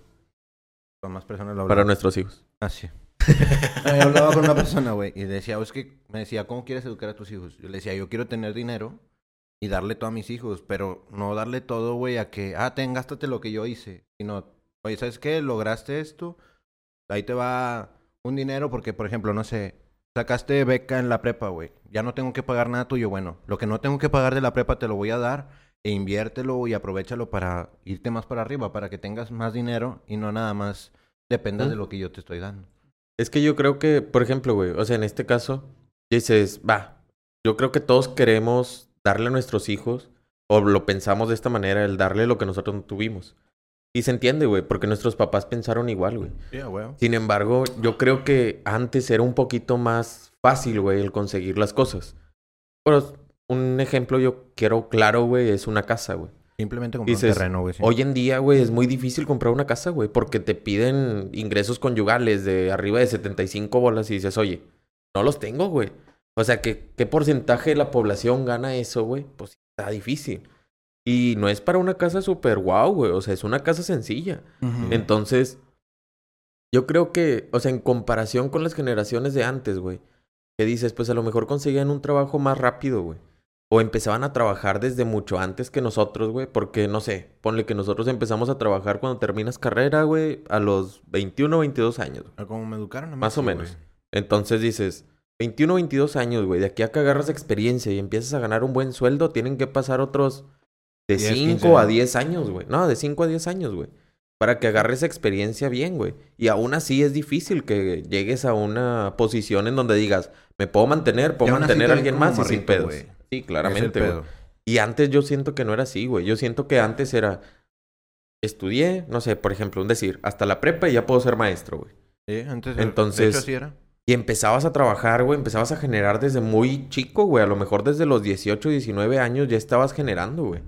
[SPEAKER 3] Con más personas lo
[SPEAKER 1] para
[SPEAKER 3] hablaba.
[SPEAKER 1] nuestros hijos.
[SPEAKER 3] Ah, sí. yo hablaba con una persona, güey, y decía, "Oh, es que... Me decía, ¿cómo quieres educar a tus hijos? Yo le decía, yo quiero tener dinero y darle todo a mis hijos, pero no darle todo, güey, a que, ah, ten, gástate lo que yo hice. Sino, oye, ¿sabes qué? Lograste esto, ahí te va un dinero porque, por ejemplo, no sé, sacaste beca en la prepa, güey. Ya no tengo que pagar nada tuyo. Bueno, lo que no tengo que pagar de la prepa te lo voy a dar e inviértelo y aprovechalo para irte más para arriba, para que tengas más dinero y no nada más dependas
[SPEAKER 1] ¿Mm?
[SPEAKER 3] de lo que yo te estoy dando.
[SPEAKER 1] Es que yo creo que, por ejemplo, güey, o sea, en este caso, dices, va, yo creo que todos queremos darle a nuestros hijos, o lo pensamos de esta manera, el darle lo que nosotros no tuvimos. Y se entiende, güey, porque nuestros papás pensaron igual, güey.
[SPEAKER 3] Ya,
[SPEAKER 1] Sin embargo, yo creo que antes era un poquito más fácil, güey, el conseguir las cosas. Pero un ejemplo yo quiero claro, güey, es una casa, güey.
[SPEAKER 3] Simplemente comprar un
[SPEAKER 1] Dices,
[SPEAKER 3] terreno, güey. sí.
[SPEAKER 1] Hoy en día, güey, es muy difícil comprar una casa, güey, porque te piden ingresos conyugales de arriba de 75 bolas y dices, oye, no los tengo, güey. O sea, ¿qué, qué porcentaje de la población gana eso, güey? Pues está difícil. Y no es para una casa súper guau, güey. O sea, es una casa sencilla.
[SPEAKER 2] Ujú.
[SPEAKER 1] Entonces, yo creo que, o sea, en comparación con las generaciones de antes, güey, que dices, pues a lo mejor conseguían un trabajo más rápido, güey. O empezaban a trabajar desde mucho antes que nosotros, güey, porque no sé, ponle que nosotros empezamos a trabajar cuando terminas carrera, güey, a los 21 o 22 años. güey.
[SPEAKER 3] Ah, Como me educaron. a mí,
[SPEAKER 1] Más o
[SPEAKER 3] sí,
[SPEAKER 1] menos.
[SPEAKER 3] güey.
[SPEAKER 1] Entonces dices, 21 o 22 años, güey, de aquí a que agarras experiencia y empiezas a ganar un buen sueldo, tienen que pasar otros de
[SPEAKER 3] 10,
[SPEAKER 1] 5
[SPEAKER 3] 15
[SPEAKER 1] a
[SPEAKER 3] años.
[SPEAKER 1] 10 años, güey. No, de 5 a 10 años, güey. Para que agarres experiencia bien, güey. Y aún así es difícil que llegues a una posición en donde digas, me puedo mantener, puedo
[SPEAKER 3] Y aún así
[SPEAKER 1] mantener
[SPEAKER 3] te
[SPEAKER 1] a
[SPEAKER 3] ven
[SPEAKER 1] alguien
[SPEAKER 3] como
[SPEAKER 1] más y sin
[SPEAKER 3] morrito,
[SPEAKER 1] pedos.
[SPEAKER 3] güey.
[SPEAKER 1] Sí,
[SPEAKER 3] Es
[SPEAKER 1] claramente,
[SPEAKER 3] el
[SPEAKER 1] güey.
[SPEAKER 3] pedo.
[SPEAKER 1] Y antes yo siento que no era así, güey. Yo siento que antes era, estudié, no sé, por ejemplo, un decir, hasta la prepa y ya puedo ser maestro, güey.
[SPEAKER 3] Sí, antes.
[SPEAKER 1] Entonces-
[SPEAKER 3] De hecho, así era.
[SPEAKER 1] Y empezabas a trabajar, güey, empezabas a generar desde muy chico, güey. A lo mejor desde los 18, 19 años ya estabas generando, güey.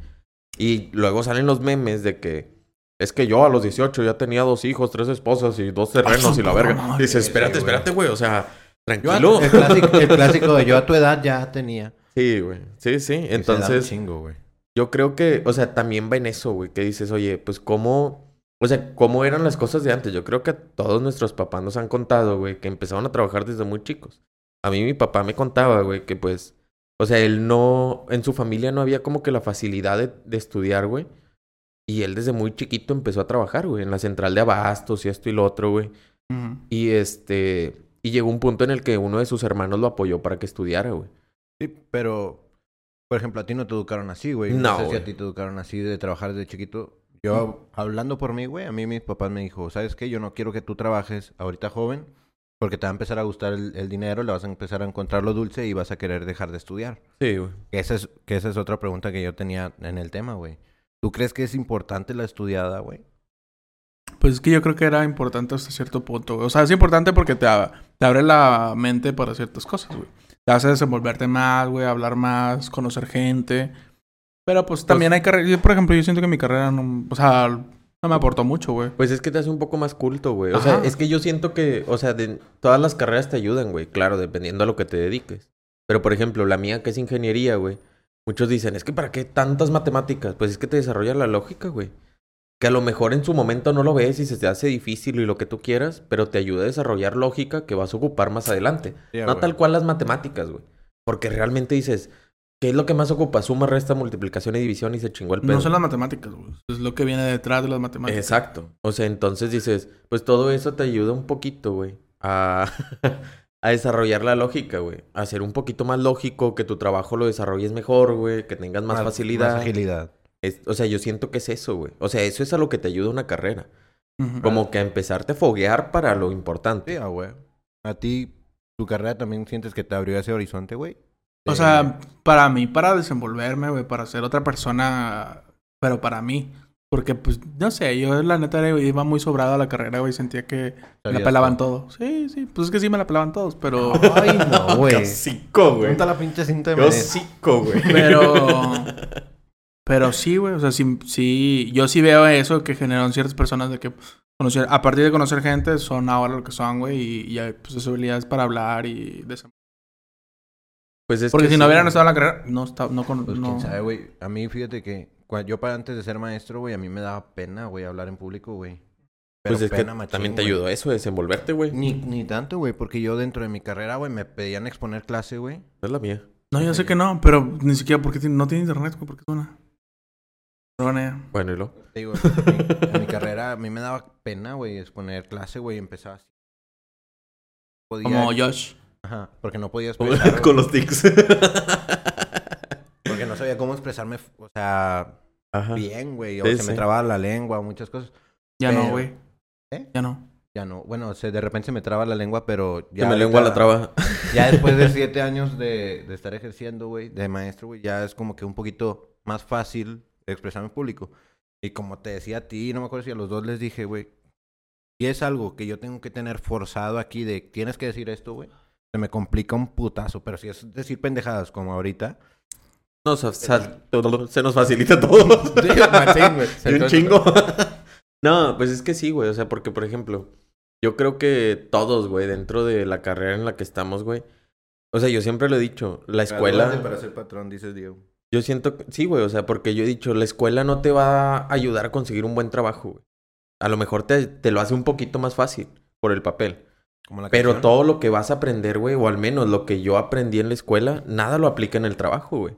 [SPEAKER 1] Y luego salen los memes de que es que yo a los 18 ya tenía dos hijos, tres esposas y dos terrenos y la verga.
[SPEAKER 2] mamá,
[SPEAKER 1] Dices,
[SPEAKER 3] sí,
[SPEAKER 1] espérate,
[SPEAKER 3] sí, güey.
[SPEAKER 1] espérate, güey. O sea,
[SPEAKER 3] Yo a-
[SPEAKER 1] tranquilo.
[SPEAKER 3] el, clásico, el clásico de yo a tu edad ya tenía.
[SPEAKER 1] Sí, güey. Sí, sí.
[SPEAKER 3] Que se da un
[SPEAKER 1] Entonces,
[SPEAKER 3] chingo, güey.
[SPEAKER 1] yo creo que, o sea, también va en eso, güey, que dices, oye, pues cómo, o sea, cómo eran las cosas de antes. Yo creo que a todos nuestros papás nos han contado, güey, que empezaron a trabajar desde muy chicos. A mí mi papá me contaba, güey, que pues, o sea, él no, en su familia no había como que la facilidad de, de estudiar, güey. Y él desde muy chiquito empezó a trabajar, güey, en la central de abastos y esto y lo otro, güey.
[SPEAKER 2] Ujú.
[SPEAKER 1] Y este, y llegó un punto en el que uno de sus hermanos lo apoyó para que estudiara, güey.
[SPEAKER 3] Sí, pero, por ejemplo, a ti no te educaron así, güey.
[SPEAKER 1] No,
[SPEAKER 3] No, sé si
[SPEAKER 1] güey. Mm.
[SPEAKER 3] a ti te educaron así de trabajar desde chiquito. Yo, hablando por mí, güey, a mí mis papás me dijo, ¿sabes qué? Yo no quiero que tú trabajes ahorita joven Porque te va a empezar a gustar el, el dinero, le vas a empezar a encontrar lo dulce y vas a querer dejar de estudiar.
[SPEAKER 1] Sí, güey.
[SPEAKER 3] Que esa es, que esa es otra pregunta que yo tenía en el tema, güey. ¿Tú crees que es importante la estudiada, güey?
[SPEAKER 2] Pues es que yo creo que era importante hasta cierto punto, güey. O sea, es importante porque te, ab- te abre la mente para ciertas cosas, güey. Te hace desenvolverte más, güey, hablar más, conocer gente. Pero pues también hay carreras. Yo, por ejemplo, yo siento que mi carrera no, o sea, no me aportó mucho, güey.
[SPEAKER 1] Pues es que te hace un poco más culto, güey. O
[SPEAKER 2] Ajá.
[SPEAKER 1] sea, es que yo siento que, o sea, de- todas las carreras te ayudan, güey. Claro, dependiendo a lo que te dediques. Pero, por ejemplo, la mía que es ingeniería, güey. Muchos dicen, es que ¿para qué tantas matemáticas? Pues es que te desarrolla la lógica, güey. Que a lo mejor en su momento no lo ves y se te hace difícil y lo que tú quieras, pero te ayuda a desarrollar lógica que vas a ocupar más adelante. No tal cual las matemáticas, güey. Porque realmente dices, ¿qué es lo que más ocupa? Suma, resta, multiplicación y división y se chingó el pedo.
[SPEAKER 2] No son las matemáticas, güey. Es lo que viene detrás de las matemáticas.
[SPEAKER 1] Exacto. O sea, entonces dices, pues todo eso te ayuda un poquito, güey, a, a desarrollar la lógica, güey. A ser un poquito más lógico, que tu trabajo lo desarrolles mejor, güey, que tengas más, facilidad.
[SPEAKER 3] Más agilidad.
[SPEAKER 1] Es- o sea, yo siento que es eso, güey. O sea, eso es a lo que te ayuda una carrera.
[SPEAKER 2] Ujú.
[SPEAKER 1] Como que a empezarte a foguear para lo importante.
[SPEAKER 3] Sí, ah, güey. ¿A ti tu carrera también sientes que te abrió ese horizonte, güey?
[SPEAKER 2] O
[SPEAKER 3] De-
[SPEAKER 2] sea, para mí, para desenvolverme, güey, para ser otra persona, pero para mí. Porque, pues, no sé, yo la neta era- iba muy sobrado a la carrera, güey, sentía que me la
[SPEAKER 3] sabías
[SPEAKER 2] pelaban
[SPEAKER 3] todo.
[SPEAKER 2] todos. Sí, sí, pues es que sí me la pelaban todos, pero...
[SPEAKER 3] Ay, no, güey.
[SPEAKER 1] hocico,
[SPEAKER 3] Ponte la pinche cinta de
[SPEAKER 1] Qué
[SPEAKER 3] medir.
[SPEAKER 1] hocico, güey.
[SPEAKER 2] Pero... Pero sí, güey, o sea, sí, sí, yo sí veo eso que generaron ciertas personas de que conocer, a partir de conocer gente son ahora lo que son, güey, y, y hay pues, esas habilidades para hablar y... desem-
[SPEAKER 1] Pues es
[SPEAKER 2] Porque
[SPEAKER 1] que
[SPEAKER 2] si
[SPEAKER 1] sí,
[SPEAKER 2] no hubieran
[SPEAKER 1] güey.
[SPEAKER 2] estado en la carrera, no, está, no, con-
[SPEAKER 3] Pues
[SPEAKER 2] no-
[SPEAKER 3] quién sabe, güey. A mí, fíjate que cua- yo para antes de ser maestro, güey, a mí me daba pena, güey, hablar en público, güey. Pero
[SPEAKER 1] Pues es que
[SPEAKER 3] pena machín,
[SPEAKER 1] también te
[SPEAKER 3] güey.
[SPEAKER 1] ayudó ¿eh? eso, desenvolverte, güey.
[SPEAKER 3] Ni, ni tanto, güey, porque yo dentro de mi carrera, güey, me pedían exponer clase, güey.
[SPEAKER 1] Es la mía.
[SPEAKER 2] No, yo sé que no, pero ni siquiera porque tiene- no tiene internet, güey, porque es una. Perdone.
[SPEAKER 1] Bueno, y lo.
[SPEAKER 3] Te Digo, en mi, en mi carrera a mí me daba pena, güey, exponer clase, güey, empezaba así. Podía-
[SPEAKER 2] Como Josh.
[SPEAKER 3] Ajá, porque no podía
[SPEAKER 1] Con-
[SPEAKER 3] expresar, güey,
[SPEAKER 1] Con los tics.
[SPEAKER 3] porque no sabía cómo expresarme, f- o sea,
[SPEAKER 1] Ajá.
[SPEAKER 3] bien, güey, o
[SPEAKER 1] Sí,
[SPEAKER 3] se me
[SPEAKER 1] sí.
[SPEAKER 3] trababa la lengua, muchas cosas.
[SPEAKER 2] Ya no,
[SPEAKER 3] Pero-
[SPEAKER 2] güey.
[SPEAKER 3] ¿Eh?
[SPEAKER 2] Ya no.
[SPEAKER 3] Ya no, bueno, o sea, de repente se me traba la lengua, pero
[SPEAKER 1] Que
[SPEAKER 3] ya
[SPEAKER 1] me
[SPEAKER 3] ahorita-
[SPEAKER 1] lengua la traba.
[SPEAKER 3] Ya después de siete años de, de estar ejerciendo, güey, de maestro, güey, ya es como que un poquito más fácil expresarme en público. Y como te decía a ti, no me acuerdo si a los dos les dije, güey, y es algo que yo tengo que tener forzado aquí de tienes que decir esto, güey. Se me complica un putazo, pero si es decir pendejadas como ahorita.
[SPEAKER 1] No, se, se- todo- se nos facilita todo. Y un chingo. no, pues es que sí, güey. O sea, porque, por ejemplo, yo creo que todos, güey, dentro de la carrera en la que estamos, güey. O sea, yo siempre lo he dicho, la escuela...
[SPEAKER 3] Para ser patrón, dices Diego.
[SPEAKER 1] Yo siento, que- sí, güey, o sea, porque yo he dicho, la escuela no te va a ayudar a conseguir un buen trabajo, güey. A lo mejor te, te lo hace un poquito más fácil por el papel.
[SPEAKER 3] Como la
[SPEAKER 1] Pero
[SPEAKER 3] canción.
[SPEAKER 1] todo lo que vas a aprender, güey, o al menos lo que yo aprendí en la escuela, nada lo aplica en el trabajo, güey.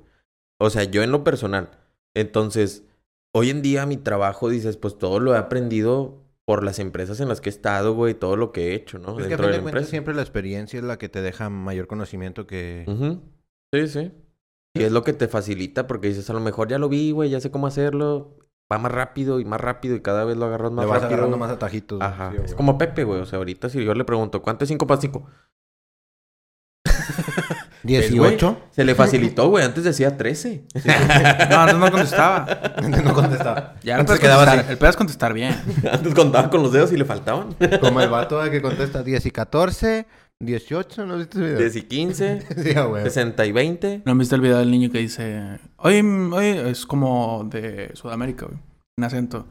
[SPEAKER 1] O sea, yo en lo personal. Entonces, hoy en día mi trabajo, dices, pues todo lo he aprendido por las empresas en las que he estado, güey, todo lo que he hecho, ¿no?
[SPEAKER 3] Pues Es que a
[SPEAKER 1] Dentro de
[SPEAKER 3] fin de
[SPEAKER 1] la
[SPEAKER 3] cuentas
[SPEAKER 1] empresa.
[SPEAKER 3] siempre la experiencia es la que te deja mayor conocimiento que...
[SPEAKER 1] Ujú. Sí, sí. Y es lo que te facilita porque dices, a lo mejor ya lo vi, güey, ya sé cómo hacerlo. Va más rápido y más rápido y cada vez lo agarras más
[SPEAKER 3] Le vas
[SPEAKER 1] rápido.
[SPEAKER 3] agarrando más atajitos. güey.
[SPEAKER 1] Ajá.
[SPEAKER 3] Sí,
[SPEAKER 1] es
[SPEAKER 3] güey.
[SPEAKER 1] como Pepe, güey. O sea, ahorita si yo le pregunto, ¿cuánto es 5 para 5?
[SPEAKER 3] 18.
[SPEAKER 1] Se le facilitó, güey. Antes decía 13.
[SPEAKER 2] No, antes no contestaba.
[SPEAKER 3] no contestaba.
[SPEAKER 2] Ya
[SPEAKER 3] Antes
[SPEAKER 2] antes
[SPEAKER 3] quedaba
[SPEAKER 2] contestar.
[SPEAKER 3] así.
[SPEAKER 2] El pedo es contestar bien.
[SPEAKER 1] Antes contaba con los dedos y le faltaban.
[SPEAKER 3] Como el vato eh, que contesta 10 y 14, 18, ¿no viste ese video?
[SPEAKER 1] 10 y 15,
[SPEAKER 3] Sí, ah, güey.
[SPEAKER 1] 60 y 20.
[SPEAKER 2] ¿No han visto el video del niño que dice. Oye, mm, oye, es como de Sudamérica, güey. En acento.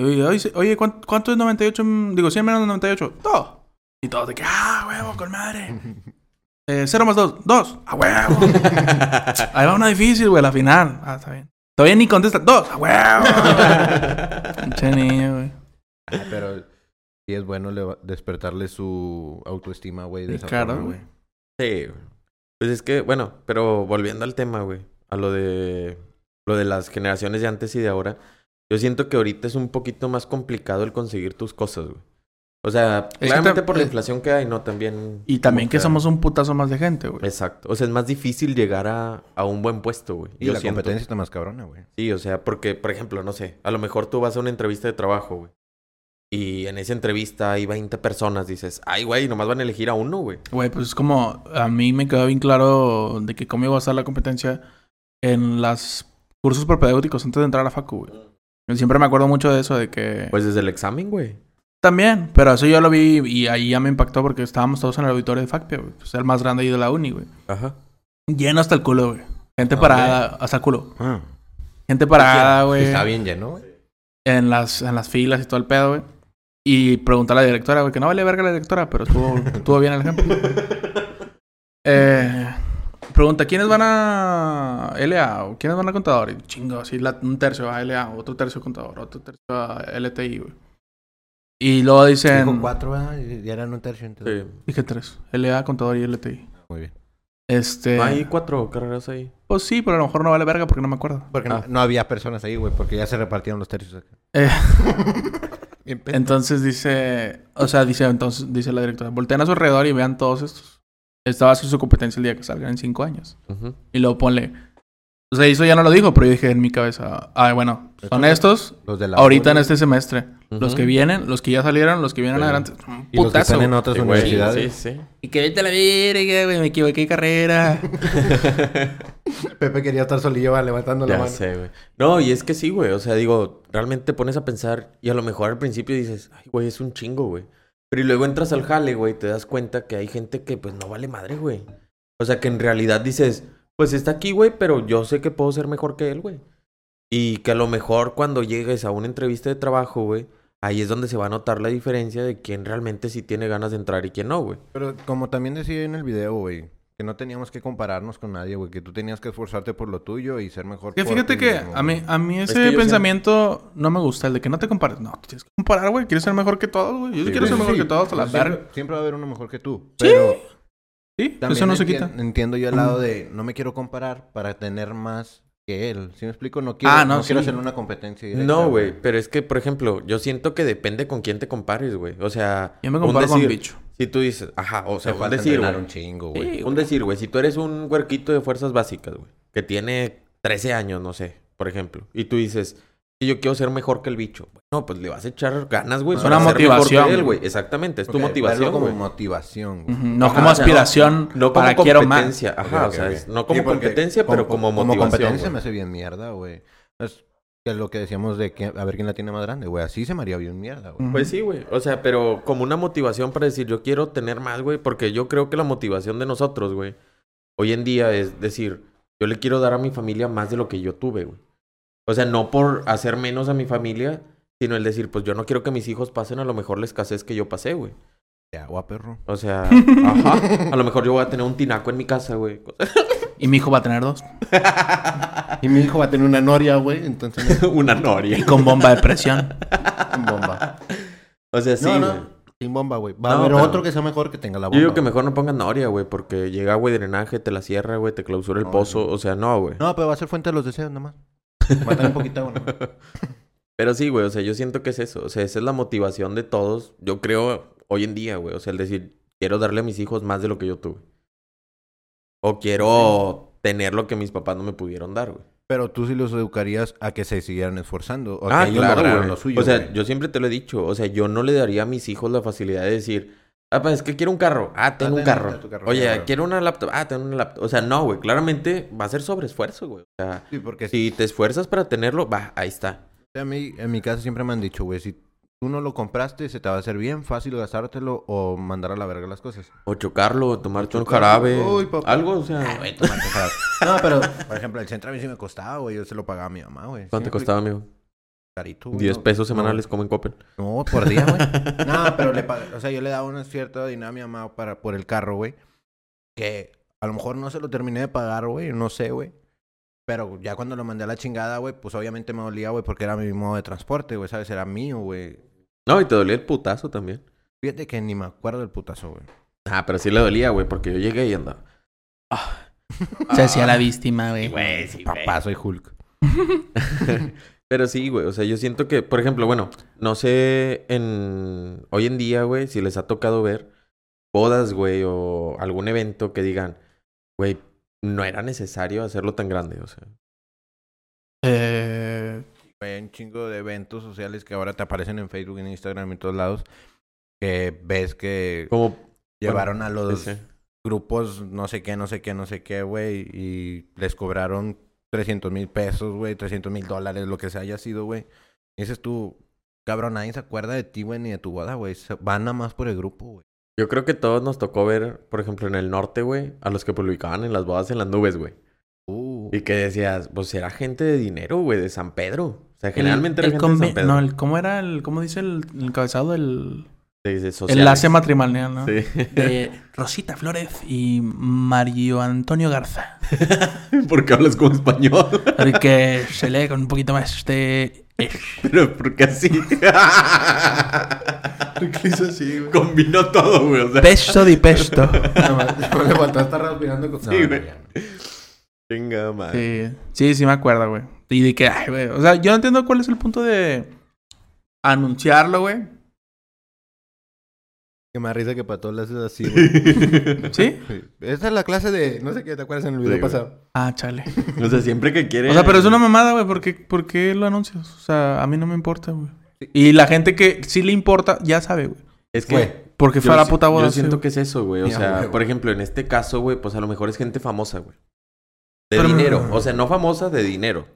[SPEAKER 2] Oye, oye, oye, ¿cuán- ¿cuánto, es 98? mm? Digo, 100 menos 98. Todo. Y todo de que, ah, huevo, con madre. Eh, 0 más 2, 2. A huevo. Ahí va una difícil, güey, la final. Ah, está bien. Todavía ni contesta. Dos, a huevo. Pinche niño, güey.
[SPEAKER 3] Ah, Pero sí es bueno le- despertarle su autoestima, güey, de esa
[SPEAKER 2] Claro,
[SPEAKER 3] forma,
[SPEAKER 2] güey.
[SPEAKER 3] güey.
[SPEAKER 1] Sí, güey. Pues es que, bueno, pero volviendo al tema, güey. A lo de lo de las generaciones de antes y de ahora. Yo siento que ahorita es un poquito más complicado el conseguir tus cosas, güey. O sea,
[SPEAKER 2] que
[SPEAKER 1] claramente
[SPEAKER 2] tam-
[SPEAKER 1] por la
[SPEAKER 2] eh,
[SPEAKER 1] inflación que hay, no también.
[SPEAKER 2] Y también
[SPEAKER 1] como
[SPEAKER 2] que somos un putazo más de gente, güey.
[SPEAKER 1] Exacto. O sea, es más difícil llegar a, a un buen puesto, güey.
[SPEAKER 3] Y
[SPEAKER 1] Yo
[SPEAKER 3] la
[SPEAKER 1] siento.
[SPEAKER 3] competencia está más cabrona, güey.
[SPEAKER 1] Sí, o sea, porque, por ejemplo, no sé, a lo mejor tú vas a una entrevista de trabajo, güey. y en esa entrevista hay 20 personas, dices, ay, güey, nomás van a elegir a uno, güey.
[SPEAKER 2] Güey, pues es como a mí me quedó bien claro de que conmigo va a estar la competencia en los cursos propedéuticos antes de entrar a la facu, güey. Yo Siempre me acuerdo mucho de eso, de que...
[SPEAKER 1] Pues desde el examen, güey.
[SPEAKER 2] También, pero eso yo lo vi y ahí ya me impactó porque estábamos todos en el auditorio de FACPE, güey. Pues el más grande ahí de la uni, güey.
[SPEAKER 1] Ajá.
[SPEAKER 2] Lleno hasta el culo, güey. Gente
[SPEAKER 3] Ah,
[SPEAKER 2] parada, hasta el culo.
[SPEAKER 3] Ah.
[SPEAKER 2] Gente parada,
[SPEAKER 3] Sí,
[SPEAKER 2] güey.
[SPEAKER 3] Está bien lleno, güey.
[SPEAKER 2] en las, en las filas y todo el pedo, güey. Y preguntar a la directora, güey, que no vale verga la directora, pero estuvo, estuvo bien el ejemplo. Eh, pregunta, ¿quiénes van a LA o quiénes van a contador? Y chingo, así, la- un tercio a LA, otro tercio a contador, otro tercio a LTI, güey. Y luego dicen...
[SPEAKER 3] Dijo cuatro, ¿verdad? Y ya eran un tercio. Entonces.
[SPEAKER 1] Sí.
[SPEAKER 2] Dije tres, LA, contador y LTI.
[SPEAKER 3] Muy bien.
[SPEAKER 2] Este...
[SPEAKER 1] No Hay cuatro carreras ahí.
[SPEAKER 2] Pues sí, pero a lo mejor no vale verga porque no me acuerdo.
[SPEAKER 3] Porque no-
[SPEAKER 1] Ah.
[SPEAKER 3] no, había personas ahí, güey, porque ya se repartieron los tercios acá.
[SPEAKER 2] Eh.
[SPEAKER 3] Bien pe-
[SPEAKER 2] Entonces dice, o sea, dice entonces dice la directora, volteen a su alrededor y vean todos estos. Esta va a ser su competencia el día que salgan en cinco años.
[SPEAKER 1] Ujú.
[SPEAKER 2] Y luego ponle. O sea, eso ya no lo dijo, pero yo dije en mi cabeza, ah, bueno, son estos
[SPEAKER 3] los de la
[SPEAKER 2] ahorita en
[SPEAKER 3] UNI
[SPEAKER 2] este semestre. Los
[SPEAKER 1] Ujú.
[SPEAKER 2] que vienen, los que ya salieron, los que vienen
[SPEAKER 3] Sí.
[SPEAKER 2] adelante. Un
[SPEAKER 3] y los que
[SPEAKER 2] putazo.
[SPEAKER 3] están en
[SPEAKER 2] güey.
[SPEAKER 3] otras
[SPEAKER 1] Sí, güey, sí,
[SPEAKER 3] universidades.
[SPEAKER 1] sí.
[SPEAKER 2] Y que vete a la verga, güey, me equivoqué de carrera.
[SPEAKER 3] Pepe quería estar solillo va, levantando
[SPEAKER 1] Ya sé, güey. No, y es que sí, güey. O sea, digo, realmente te pones a pensar y a lo mejor al principio dices, ay, güey, es un chingo, güey. Pero y luego entras al jale, güey, y te das cuenta que hay gente que, pues, no vale madre, güey. O sea, que en realidad dices, pues, está aquí, güey, pero yo sé que puedo ser mejor que él, güey. Y que a lo mejor cuando llegues a una entrevista de trabajo, güey, ahí es donde se va a notar la diferencia de quién realmente sí tiene ganas de entrar y quién no, güey.
[SPEAKER 3] Pero como también decía en el video, güey, que no teníamos que compararnos con nadie, güey, que tú tenías que esforzarte por lo tuyo y ser mejor.
[SPEAKER 2] Que
[SPEAKER 3] por
[SPEAKER 2] fíjate
[SPEAKER 3] ti
[SPEAKER 2] que
[SPEAKER 3] mismo,
[SPEAKER 2] a mí,
[SPEAKER 3] güey.
[SPEAKER 2] a mí
[SPEAKER 1] Es
[SPEAKER 2] ese
[SPEAKER 1] que yo siento-
[SPEAKER 2] pensamiento no me gusta, el de que no te compares. No, tú tienes que comparar, güey. Quieres ser mejor que todos, güey. Yo sí
[SPEAKER 3] Sí,
[SPEAKER 2] quiero
[SPEAKER 3] güey,
[SPEAKER 2] ser mejor
[SPEAKER 3] sí.
[SPEAKER 2] que todos, a la
[SPEAKER 3] Siempre-
[SPEAKER 2] verga.
[SPEAKER 3] Siempre va a haber uno mejor que tú.
[SPEAKER 2] Sí.
[SPEAKER 3] Pero
[SPEAKER 2] Sí,
[SPEAKER 3] también
[SPEAKER 2] eso no se
[SPEAKER 3] entien-
[SPEAKER 2] quita.
[SPEAKER 3] Entiendo yo el lado de no me quiero comparar para tener más que él. ¿Sí me explico? No quiero,
[SPEAKER 2] Ah, no,
[SPEAKER 3] no, quiero
[SPEAKER 2] sí.
[SPEAKER 3] hacer una competencia directa.
[SPEAKER 1] No, güey, pero es que, por ejemplo, yo siento que depende con quién te compares, güey. O sea,
[SPEAKER 2] Yo me
[SPEAKER 1] un
[SPEAKER 2] comparo con
[SPEAKER 1] decir,
[SPEAKER 2] bicho.
[SPEAKER 1] Si tú dices, ajá, o sea,
[SPEAKER 3] Se
[SPEAKER 1] un
[SPEAKER 3] falta
[SPEAKER 1] decir,
[SPEAKER 3] entrenar
[SPEAKER 1] güey.
[SPEAKER 3] un chingo, güey.
[SPEAKER 1] Un decir, güey, si tú eres un huerquito de fuerzas básicas, güey, que tiene 13 años, no sé, por ejemplo, y tú dices, "Sí, yo quiero ser mejor que el bicho. No, pues le vas a echar ganas, güey.
[SPEAKER 3] Es
[SPEAKER 1] para
[SPEAKER 2] una
[SPEAKER 1] ser mejor
[SPEAKER 2] motivación.
[SPEAKER 1] que él, güey. Exactamente, es tu
[SPEAKER 3] Ok,
[SPEAKER 1] motivación,
[SPEAKER 3] verlo como
[SPEAKER 1] güey.
[SPEAKER 3] motivación, güey.
[SPEAKER 2] Ujú, No
[SPEAKER 1] Ajá,
[SPEAKER 2] como
[SPEAKER 1] Ah, o sea,
[SPEAKER 2] aspiración
[SPEAKER 1] No como
[SPEAKER 2] para quiero más.
[SPEAKER 1] competencia, ajá,
[SPEAKER 3] Ok,
[SPEAKER 1] o
[SPEAKER 3] ok,
[SPEAKER 1] sea,
[SPEAKER 3] ok.
[SPEAKER 1] es no como
[SPEAKER 3] Sí, porque
[SPEAKER 1] competencia, pero
[SPEAKER 3] com-
[SPEAKER 1] como, motivación.
[SPEAKER 3] Como competencia
[SPEAKER 1] güey.
[SPEAKER 3] me hace bien mierda, güey. Es que lo que decíamos de que a ver quién la tiene más grande, güey. Así se me haría bien mierda, güey.
[SPEAKER 2] Ujú.
[SPEAKER 1] Pues sí, güey. O sea, pero como una motivación para decir, yo quiero tener más, güey, porque yo creo que la motivación de nosotros, güey, hoy en día es decir, yo le quiero dar a mi familia más de lo que yo tuve, güey. O sea, no por hacer menos a mi familia, sino el decir, pues yo no quiero que mis hijos pasen a lo mejor la escasez que yo pasé, güey.
[SPEAKER 3] De agua, perro.
[SPEAKER 1] O sea, ajá, a lo mejor yo voy a tener un tinaco en mi casa, güey.
[SPEAKER 2] Y mi hijo va a tener dos.
[SPEAKER 3] Y mi hijo va a tener una noria, güey. Entonces,
[SPEAKER 1] Una noria.
[SPEAKER 2] Con bomba de presión.
[SPEAKER 3] sin bomba.
[SPEAKER 1] O sea, sí,
[SPEAKER 3] no,
[SPEAKER 1] güey.
[SPEAKER 3] no. Sin bomba, güey. Va a
[SPEAKER 1] No,
[SPEAKER 3] haber
[SPEAKER 1] pero-
[SPEAKER 3] otro que sea mejor que tenga la bomba.
[SPEAKER 1] Yo digo que
[SPEAKER 3] güey.
[SPEAKER 1] mejor no pongan noria, güey, porque llega agua de drenaje, te la cierra, güey, te clausura el
[SPEAKER 3] No,
[SPEAKER 1] pozo. O sea, no, güey.
[SPEAKER 3] No, pero va a ser fuente de los deseos, nomás. Va a tener un poquito de agua, nomás.
[SPEAKER 1] Pero sí, güey, o sea, yo siento que es eso. O sea, esa es la motivación de todos. Yo creo hoy en día, güey. O sea, el decir, quiero darle a mis hijos más de lo que yo tuve. O quiero tener lo que mis papás no me pudieron dar, güey.
[SPEAKER 3] Pero tú sí los educarías a que se siguieran esforzando. O
[SPEAKER 1] Ah,
[SPEAKER 3] que ellos
[SPEAKER 1] claro,
[SPEAKER 3] lograran
[SPEAKER 1] güey.
[SPEAKER 3] lo suyo.
[SPEAKER 1] o sea,
[SPEAKER 3] güey.
[SPEAKER 1] yo siempre te lo he dicho. O sea, yo no le daría a mis hijos la facilidad de decir, ah, pues es que quiero un carro. Ah, tengo un
[SPEAKER 3] ten,
[SPEAKER 1] carro.
[SPEAKER 3] ten tu carro,
[SPEAKER 1] Oye,
[SPEAKER 3] claro.
[SPEAKER 1] quiero una laptop. Ah, tengo una laptop. O sea, no, güey. Claramente va a ser sobreesfuerzo, güey. O sea,
[SPEAKER 3] Sí, porque sí.
[SPEAKER 1] si te esfuerzas para tenerlo, va, ahí está.
[SPEAKER 3] A mí, en mi casa siempre me han dicho, güey, si tú no lo compraste, se te va a hacer bien fácil gastártelo o mandar a la verga las cosas.
[SPEAKER 1] O chocarlo, o tomarte un
[SPEAKER 3] chocarlo.
[SPEAKER 1] jarabe.
[SPEAKER 3] Uy, papá. Ah,
[SPEAKER 1] Algo, o sea.
[SPEAKER 3] no, pero, por ejemplo, el centro a mí sí me costaba, güey. Yo se lo pagaba a mi mamá, güey.
[SPEAKER 1] ¿Cuánto te
[SPEAKER 3] Siempre
[SPEAKER 1] costaba, amigo?
[SPEAKER 3] Carito, güey,
[SPEAKER 1] 10
[SPEAKER 3] no-
[SPEAKER 1] pesos
[SPEAKER 3] no.
[SPEAKER 1] semanales como en Copen.
[SPEAKER 3] No, por día, güey. no, pero le pag- O sea, yo le daba una cierta dinámica a mi mamá para, por el carro, güey. Que a lo mejor no se lo terminé de pagar, güey. No sé, güey. Pero ya cuando lo mandé a la chingada, güey, pues obviamente me dolía, güey, porque era mi modo de transporte, güey, ¿sabes? Era mío, güey.
[SPEAKER 1] No, y te dolía el putazo también.
[SPEAKER 3] Fíjate que ni me acuerdo del putazo, güey.
[SPEAKER 1] Ah, pero sí le dolía, güey, porque yo llegué y andaba.
[SPEAKER 2] Se hacía la víctima, güey.
[SPEAKER 3] Papá, soy Hulk.
[SPEAKER 1] Pero sí, güey, o sea, yo siento que, por ejemplo, bueno, no sé en hoy en día, güey, si les ha tocado ver bodas, güey, o algún evento que digan, güey, no era necesario hacerlo tan grande, o sea.
[SPEAKER 2] Eh,
[SPEAKER 3] Hay un chingo de eventos sociales que ahora te aparecen en Facebook, en Instagram, en todos lados. Que ves que
[SPEAKER 1] Como
[SPEAKER 3] llevaron a los
[SPEAKER 1] sí, sí.
[SPEAKER 3] grupos no sé qué, no sé qué, no sé qué, güey. Y les cobraron 300 mil pesos, güey, 300 mil dólares, lo que se haya sido, güey. Y dices tú, cabrón, nadie se acuerda de ti, güey, ni de tu boda, güey. Se- Van nada más por el grupo, güey.
[SPEAKER 1] Yo creo que todos nos tocó ver, por ejemplo, en el norte, güey, a los que publicaban en las bodas en las nubes, güey.
[SPEAKER 3] Uh,
[SPEAKER 1] Y que decías, pues era gente de dinero, güey, de San Pedro. O sea,
[SPEAKER 2] El-
[SPEAKER 1] generalmente
[SPEAKER 2] el
[SPEAKER 1] era gente de
[SPEAKER 2] conve-
[SPEAKER 1] San Pedro.
[SPEAKER 2] No, el, ¿cómo era el, cómo dice el, el encabezado? El
[SPEAKER 1] De- de sociales.
[SPEAKER 2] enlace matrimonial, ¿no?
[SPEAKER 1] Sí.
[SPEAKER 2] De Rosita Flores y Mario Antonio Garza.
[SPEAKER 1] ¿Por qué hablas como español?
[SPEAKER 2] El que se lee con un poquito más de...
[SPEAKER 1] Pero porque así.
[SPEAKER 2] ¿Qué hizo así, güey?
[SPEAKER 1] Combinó todo, güey. O sea,
[SPEAKER 2] Pesto di pesto. Nada más.
[SPEAKER 3] le faltó estar respirando con...
[SPEAKER 1] Sí, güey. chinga madre.
[SPEAKER 2] Sí, sí, sí me acuerdo, güey. Y de que, ay, güey. O sea, yo no entiendo cuál es el punto de anunciarlo, güey.
[SPEAKER 3] Que me da risa que para todos le haces así, güey.
[SPEAKER 2] ¿Sí?
[SPEAKER 3] Esa es la clase de... No sé qué, ¿te acuerdas en el video
[SPEAKER 1] Sí, güey.
[SPEAKER 3] pasado?
[SPEAKER 2] Ah, chale.
[SPEAKER 1] O sea, siempre que quiere.
[SPEAKER 2] O sea, pero es una mamada, güey. ¿Por qué, por qué lo anuncias? O sea, a mí no me importa, güey. Y la gente que sí le importa, ya sabe, güey.
[SPEAKER 1] Es que.
[SPEAKER 3] Güey,
[SPEAKER 2] Porque
[SPEAKER 1] yo
[SPEAKER 2] fue a la
[SPEAKER 1] si-
[SPEAKER 2] puta boda.
[SPEAKER 1] Yo
[SPEAKER 2] sí,
[SPEAKER 1] siento
[SPEAKER 2] güey.
[SPEAKER 1] que es eso, güey. O
[SPEAKER 3] Ya,
[SPEAKER 1] sea,
[SPEAKER 3] güey.
[SPEAKER 1] por ejemplo, en este caso, güey, pues a lo mejor es gente famosa, güey. De
[SPEAKER 2] Pero-
[SPEAKER 1] dinero. O sea, no famosa, de dinero.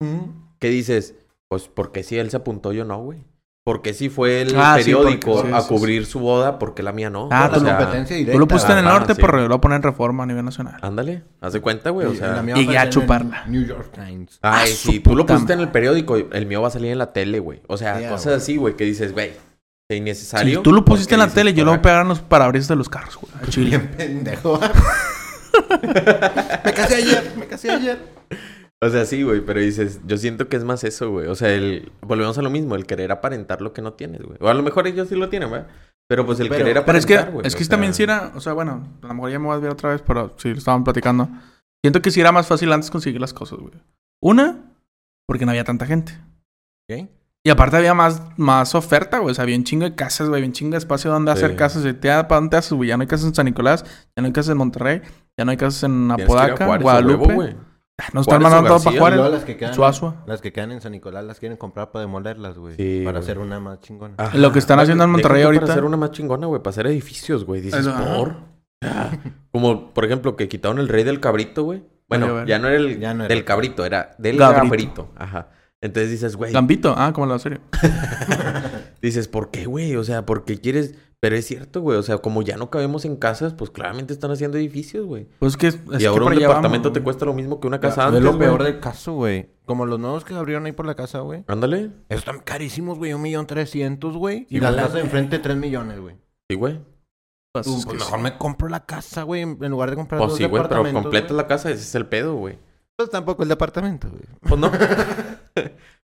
[SPEAKER 2] Mm.
[SPEAKER 1] ¿Qué dices? Pues porque si él se apuntó, yo no, güey. Porque si fue el
[SPEAKER 2] Ah, sí, porque-
[SPEAKER 1] periódico
[SPEAKER 2] sí,
[SPEAKER 1] a
[SPEAKER 2] sí, sí.
[SPEAKER 1] cubrir su boda, porque la mía no.
[SPEAKER 2] Ah,
[SPEAKER 1] o
[SPEAKER 2] tú
[SPEAKER 1] sea,
[SPEAKER 3] directa.
[SPEAKER 2] Tú lo pusiste en el
[SPEAKER 1] ah,
[SPEAKER 2] norte,
[SPEAKER 1] sí. ¿Ah,
[SPEAKER 2] pero yo lo voy a poner en reforma a nivel nacional.
[SPEAKER 1] Ándale, haz de cuenta, güey. O sea,
[SPEAKER 2] y ya chuparla.
[SPEAKER 3] New York Times.
[SPEAKER 1] Ay,
[SPEAKER 2] Ah, su
[SPEAKER 1] si tú lo
[SPEAKER 2] puta
[SPEAKER 1] pusiste en
[SPEAKER 2] madre.
[SPEAKER 1] el periódico, el mío va a salir en la tele, güey. O sea,
[SPEAKER 3] Ya,
[SPEAKER 1] cosas
[SPEAKER 3] güey.
[SPEAKER 1] así, güey, que dices, güey, es innecesario.
[SPEAKER 2] Si tú lo pusiste
[SPEAKER 1] porque
[SPEAKER 2] en la
[SPEAKER 1] dices,
[SPEAKER 2] tele, yo lo voy a
[SPEAKER 1] "Correcto".
[SPEAKER 2] pegar en los parabrisas de los carros, güey.
[SPEAKER 1] Pues
[SPEAKER 2] al Chile.
[SPEAKER 3] pendejo. me casé ayer, me casé ayer.
[SPEAKER 1] O sea, sí, güey, pero dices, yo siento que es más eso, güey. O sea, el... volvemos a lo mismo, el querer aparentar lo que no tienes, güey. O a lo mejor ellos sí lo tienen, güey. Pero pues el
[SPEAKER 3] Pero-
[SPEAKER 1] querer
[SPEAKER 2] Pero es
[SPEAKER 1] aparentar,
[SPEAKER 2] que,
[SPEAKER 1] güey,
[SPEAKER 2] es que
[SPEAKER 1] o
[SPEAKER 2] también
[SPEAKER 1] sea,
[SPEAKER 2] si era, o sea, bueno, a lo mejor ya me voy a ver otra vez, pero sí, lo estaban platicando. Siento que sí era más fácil antes conseguir las cosas, güey. Una, porque no había tanta gente.
[SPEAKER 3] ¿Qué?
[SPEAKER 2] Y aparte había más, más oferta, güey. O sea, había un chingo de casas, güey. Había un chingo de espacio donde
[SPEAKER 1] Sí.
[SPEAKER 2] hacer casas. Y te, ¿Para dónde te haces, güey? Ya no hay casas en San Nicolás, ya no hay casas en Monterrey, ya no hay casas en
[SPEAKER 1] tienes que ir a
[SPEAKER 2] Apodaca,
[SPEAKER 1] Juárez, a
[SPEAKER 2] Guadalupe.
[SPEAKER 1] huevo, güey.
[SPEAKER 2] Ah, Nos están
[SPEAKER 1] Juárez o
[SPEAKER 2] mandando todo para
[SPEAKER 1] García,
[SPEAKER 2] Juárez.
[SPEAKER 3] Luego las que quedan,
[SPEAKER 2] Suazua.
[SPEAKER 3] las que quedan en San Nicolás las quieren comprar para demolerlas, güey.
[SPEAKER 1] Sí,
[SPEAKER 3] para
[SPEAKER 1] güey.
[SPEAKER 3] hacer una más chingona.
[SPEAKER 1] Ajá.
[SPEAKER 2] Lo que están haciendo en
[SPEAKER 1] Deja
[SPEAKER 2] Monterrey
[SPEAKER 1] tú Para
[SPEAKER 2] ahorita.
[SPEAKER 1] hacer una más chingona, güey, para hacer edificios, güey. Dices,
[SPEAKER 2] Eso, ajá.
[SPEAKER 1] por. Ah, Como, por ejemplo, que quitaron el rey del cabrito, güey.
[SPEAKER 2] Valió
[SPEAKER 1] Bueno,
[SPEAKER 2] ver.
[SPEAKER 1] ya no era el
[SPEAKER 3] Ya no era.
[SPEAKER 1] del cabrito, era del
[SPEAKER 2] Gabrito.
[SPEAKER 1] cabrito. Ajá. Entonces dices, güey,
[SPEAKER 2] Gambito, ah, como la serie.
[SPEAKER 1] dices, ¿por qué, güey? O sea, ¿por qué quieres? Pero es cierto, güey. O sea, como ya no cabemos en casas, pues claramente están haciendo edificios, güey.
[SPEAKER 2] Pues que es es
[SPEAKER 1] Y
[SPEAKER 2] que
[SPEAKER 1] ahora
[SPEAKER 2] para
[SPEAKER 1] un
[SPEAKER 2] allá
[SPEAKER 1] departamento
[SPEAKER 2] vamos,
[SPEAKER 1] te
[SPEAKER 2] güey.
[SPEAKER 1] cuesta lo mismo que una casa
[SPEAKER 3] Es
[SPEAKER 1] Ah, antes.
[SPEAKER 3] lo peor
[SPEAKER 1] güey.
[SPEAKER 3] del caso, güey. Como los nuevos que abrieron ahí por la casa, güey.
[SPEAKER 1] Ándale.
[SPEAKER 3] Esos están carísimos, güey. Un millón trescientos, güey.
[SPEAKER 1] Sí,
[SPEAKER 3] Y las
[SPEAKER 1] güey.
[SPEAKER 3] casas de enfrente, tres millones, güey.
[SPEAKER 1] Sí, güey.
[SPEAKER 2] Pues,
[SPEAKER 3] Tú,
[SPEAKER 2] es que
[SPEAKER 3] pues,
[SPEAKER 2] sí.
[SPEAKER 3] mejor me compro la casa, güey. En en lugar de comprar
[SPEAKER 1] Pues
[SPEAKER 3] dos
[SPEAKER 1] sí, güey, pero
[SPEAKER 3] departamentos,
[SPEAKER 1] completa
[SPEAKER 3] güey.
[SPEAKER 1] la casa, ese es el pedo, güey.
[SPEAKER 3] Pues tampoco el departamento, güey.
[SPEAKER 1] Pues no.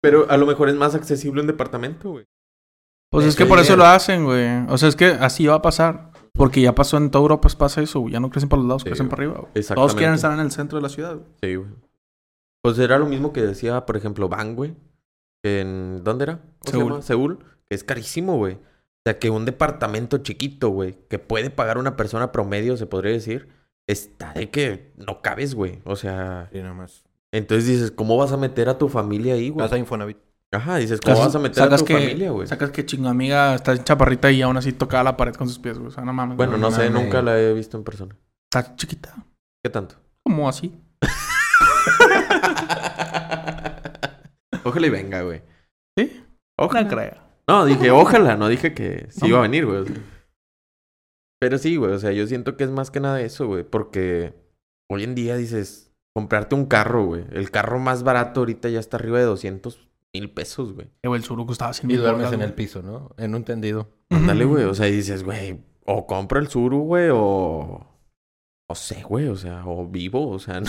[SPEAKER 1] pero a lo mejor es más accesible un departamento, güey.
[SPEAKER 2] Pues es
[SPEAKER 3] Eso
[SPEAKER 2] que por eso
[SPEAKER 3] dijeron.
[SPEAKER 2] lo hacen, güey. O sea, es que así va a pasar. Porque ya pasó en toda Europa, pues pasa eso, güey. Ya no crecen para los lados,
[SPEAKER 1] Sí,
[SPEAKER 2] crecen
[SPEAKER 1] güey.
[SPEAKER 2] para arriba, güey.
[SPEAKER 1] Exactamente.
[SPEAKER 2] Todos quieren estar en el centro de la ciudad, güey.
[SPEAKER 1] Sí, güey. Pues era lo mismo que decía, por ejemplo, Van, güey. En... ¿Dónde era? ¿Cómo
[SPEAKER 2] Seúl.
[SPEAKER 1] se llama? Seúl. Que es carísimo, güey. O sea, que un departamento chiquito, güey, que puede pagar una persona promedio, se podría decir, está de que no cabes, güey. O sea,
[SPEAKER 3] Y nada más.
[SPEAKER 1] entonces dices, ¿cómo vas a meter a tu familia ahí, güey?
[SPEAKER 3] Casa Infonavit.
[SPEAKER 1] Ajá, dices, ¿cómo vas a meter a
[SPEAKER 2] Sacas
[SPEAKER 1] tu
[SPEAKER 2] que-
[SPEAKER 1] familia, güey?
[SPEAKER 2] Sacas que chingo amiga está chaparrita y aún así tocaba la pared con sus pies, güey. O sea, no mames.
[SPEAKER 1] Bueno, no,
[SPEAKER 3] No
[SPEAKER 1] sé,
[SPEAKER 3] mames.
[SPEAKER 1] nunca la he visto en persona.
[SPEAKER 2] Está chiquita.
[SPEAKER 1] ¿Qué tanto?
[SPEAKER 2] Como así.
[SPEAKER 1] Ojalá y venga, güey.
[SPEAKER 2] ¿Sí? No
[SPEAKER 1] Ojalá.
[SPEAKER 2] creo.
[SPEAKER 1] No, dije, ojalá, no dije que sí iba a venir, güey. o sea. Pero sí, güey, o sea, yo siento que es más que nada eso, güey, porque hoy en día dices, comprarte un carro, güey. El carro más barato ahorita ya está arriba de 200 mil pesos, güey.
[SPEAKER 2] Eh, güey, el suru costaba 100
[SPEAKER 3] Y
[SPEAKER 2] mil
[SPEAKER 3] duermes
[SPEAKER 2] bolas,
[SPEAKER 3] en
[SPEAKER 2] güey.
[SPEAKER 3] el piso, ¿no? En un tendido.
[SPEAKER 1] Ándale,
[SPEAKER 2] Ujú.
[SPEAKER 1] güey, o sea, y dices, güey, o compra el Suru, güey, o... No sé, güey, o sea, o vivo, o sea, no.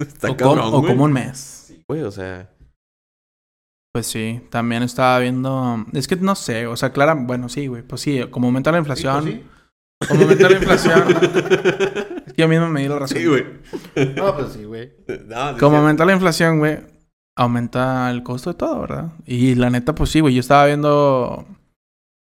[SPEAKER 1] está
[SPEAKER 2] O, com-
[SPEAKER 1] cabrón,
[SPEAKER 2] o
[SPEAKER 1] güey.
[SPEAKER 2] como un mes.
[SPEAKER 1] Sí, güey, o sea...
[SPEAKER 2] Pues sí, también estaba viendo. Es que no sé, o sea, Clara, bueno, sí, güey. Pues sí, como aumenta la inflación. Como aumenta la inflación. es que yo mismo me di la razón.
[SPEAKER 1] Sí, güey.
[SPEAKER 3] No, pues sí, güey.
[SPEAKER 1] No, sí,
[SPEAKER 2] Como
[SPEAKER 1] sí.
[SPEAKER 2] aumenta la inflación, güey, aumenta el costo de todo, ¿verdad? Y la neta, pues sí, güey. Yo estaba viendo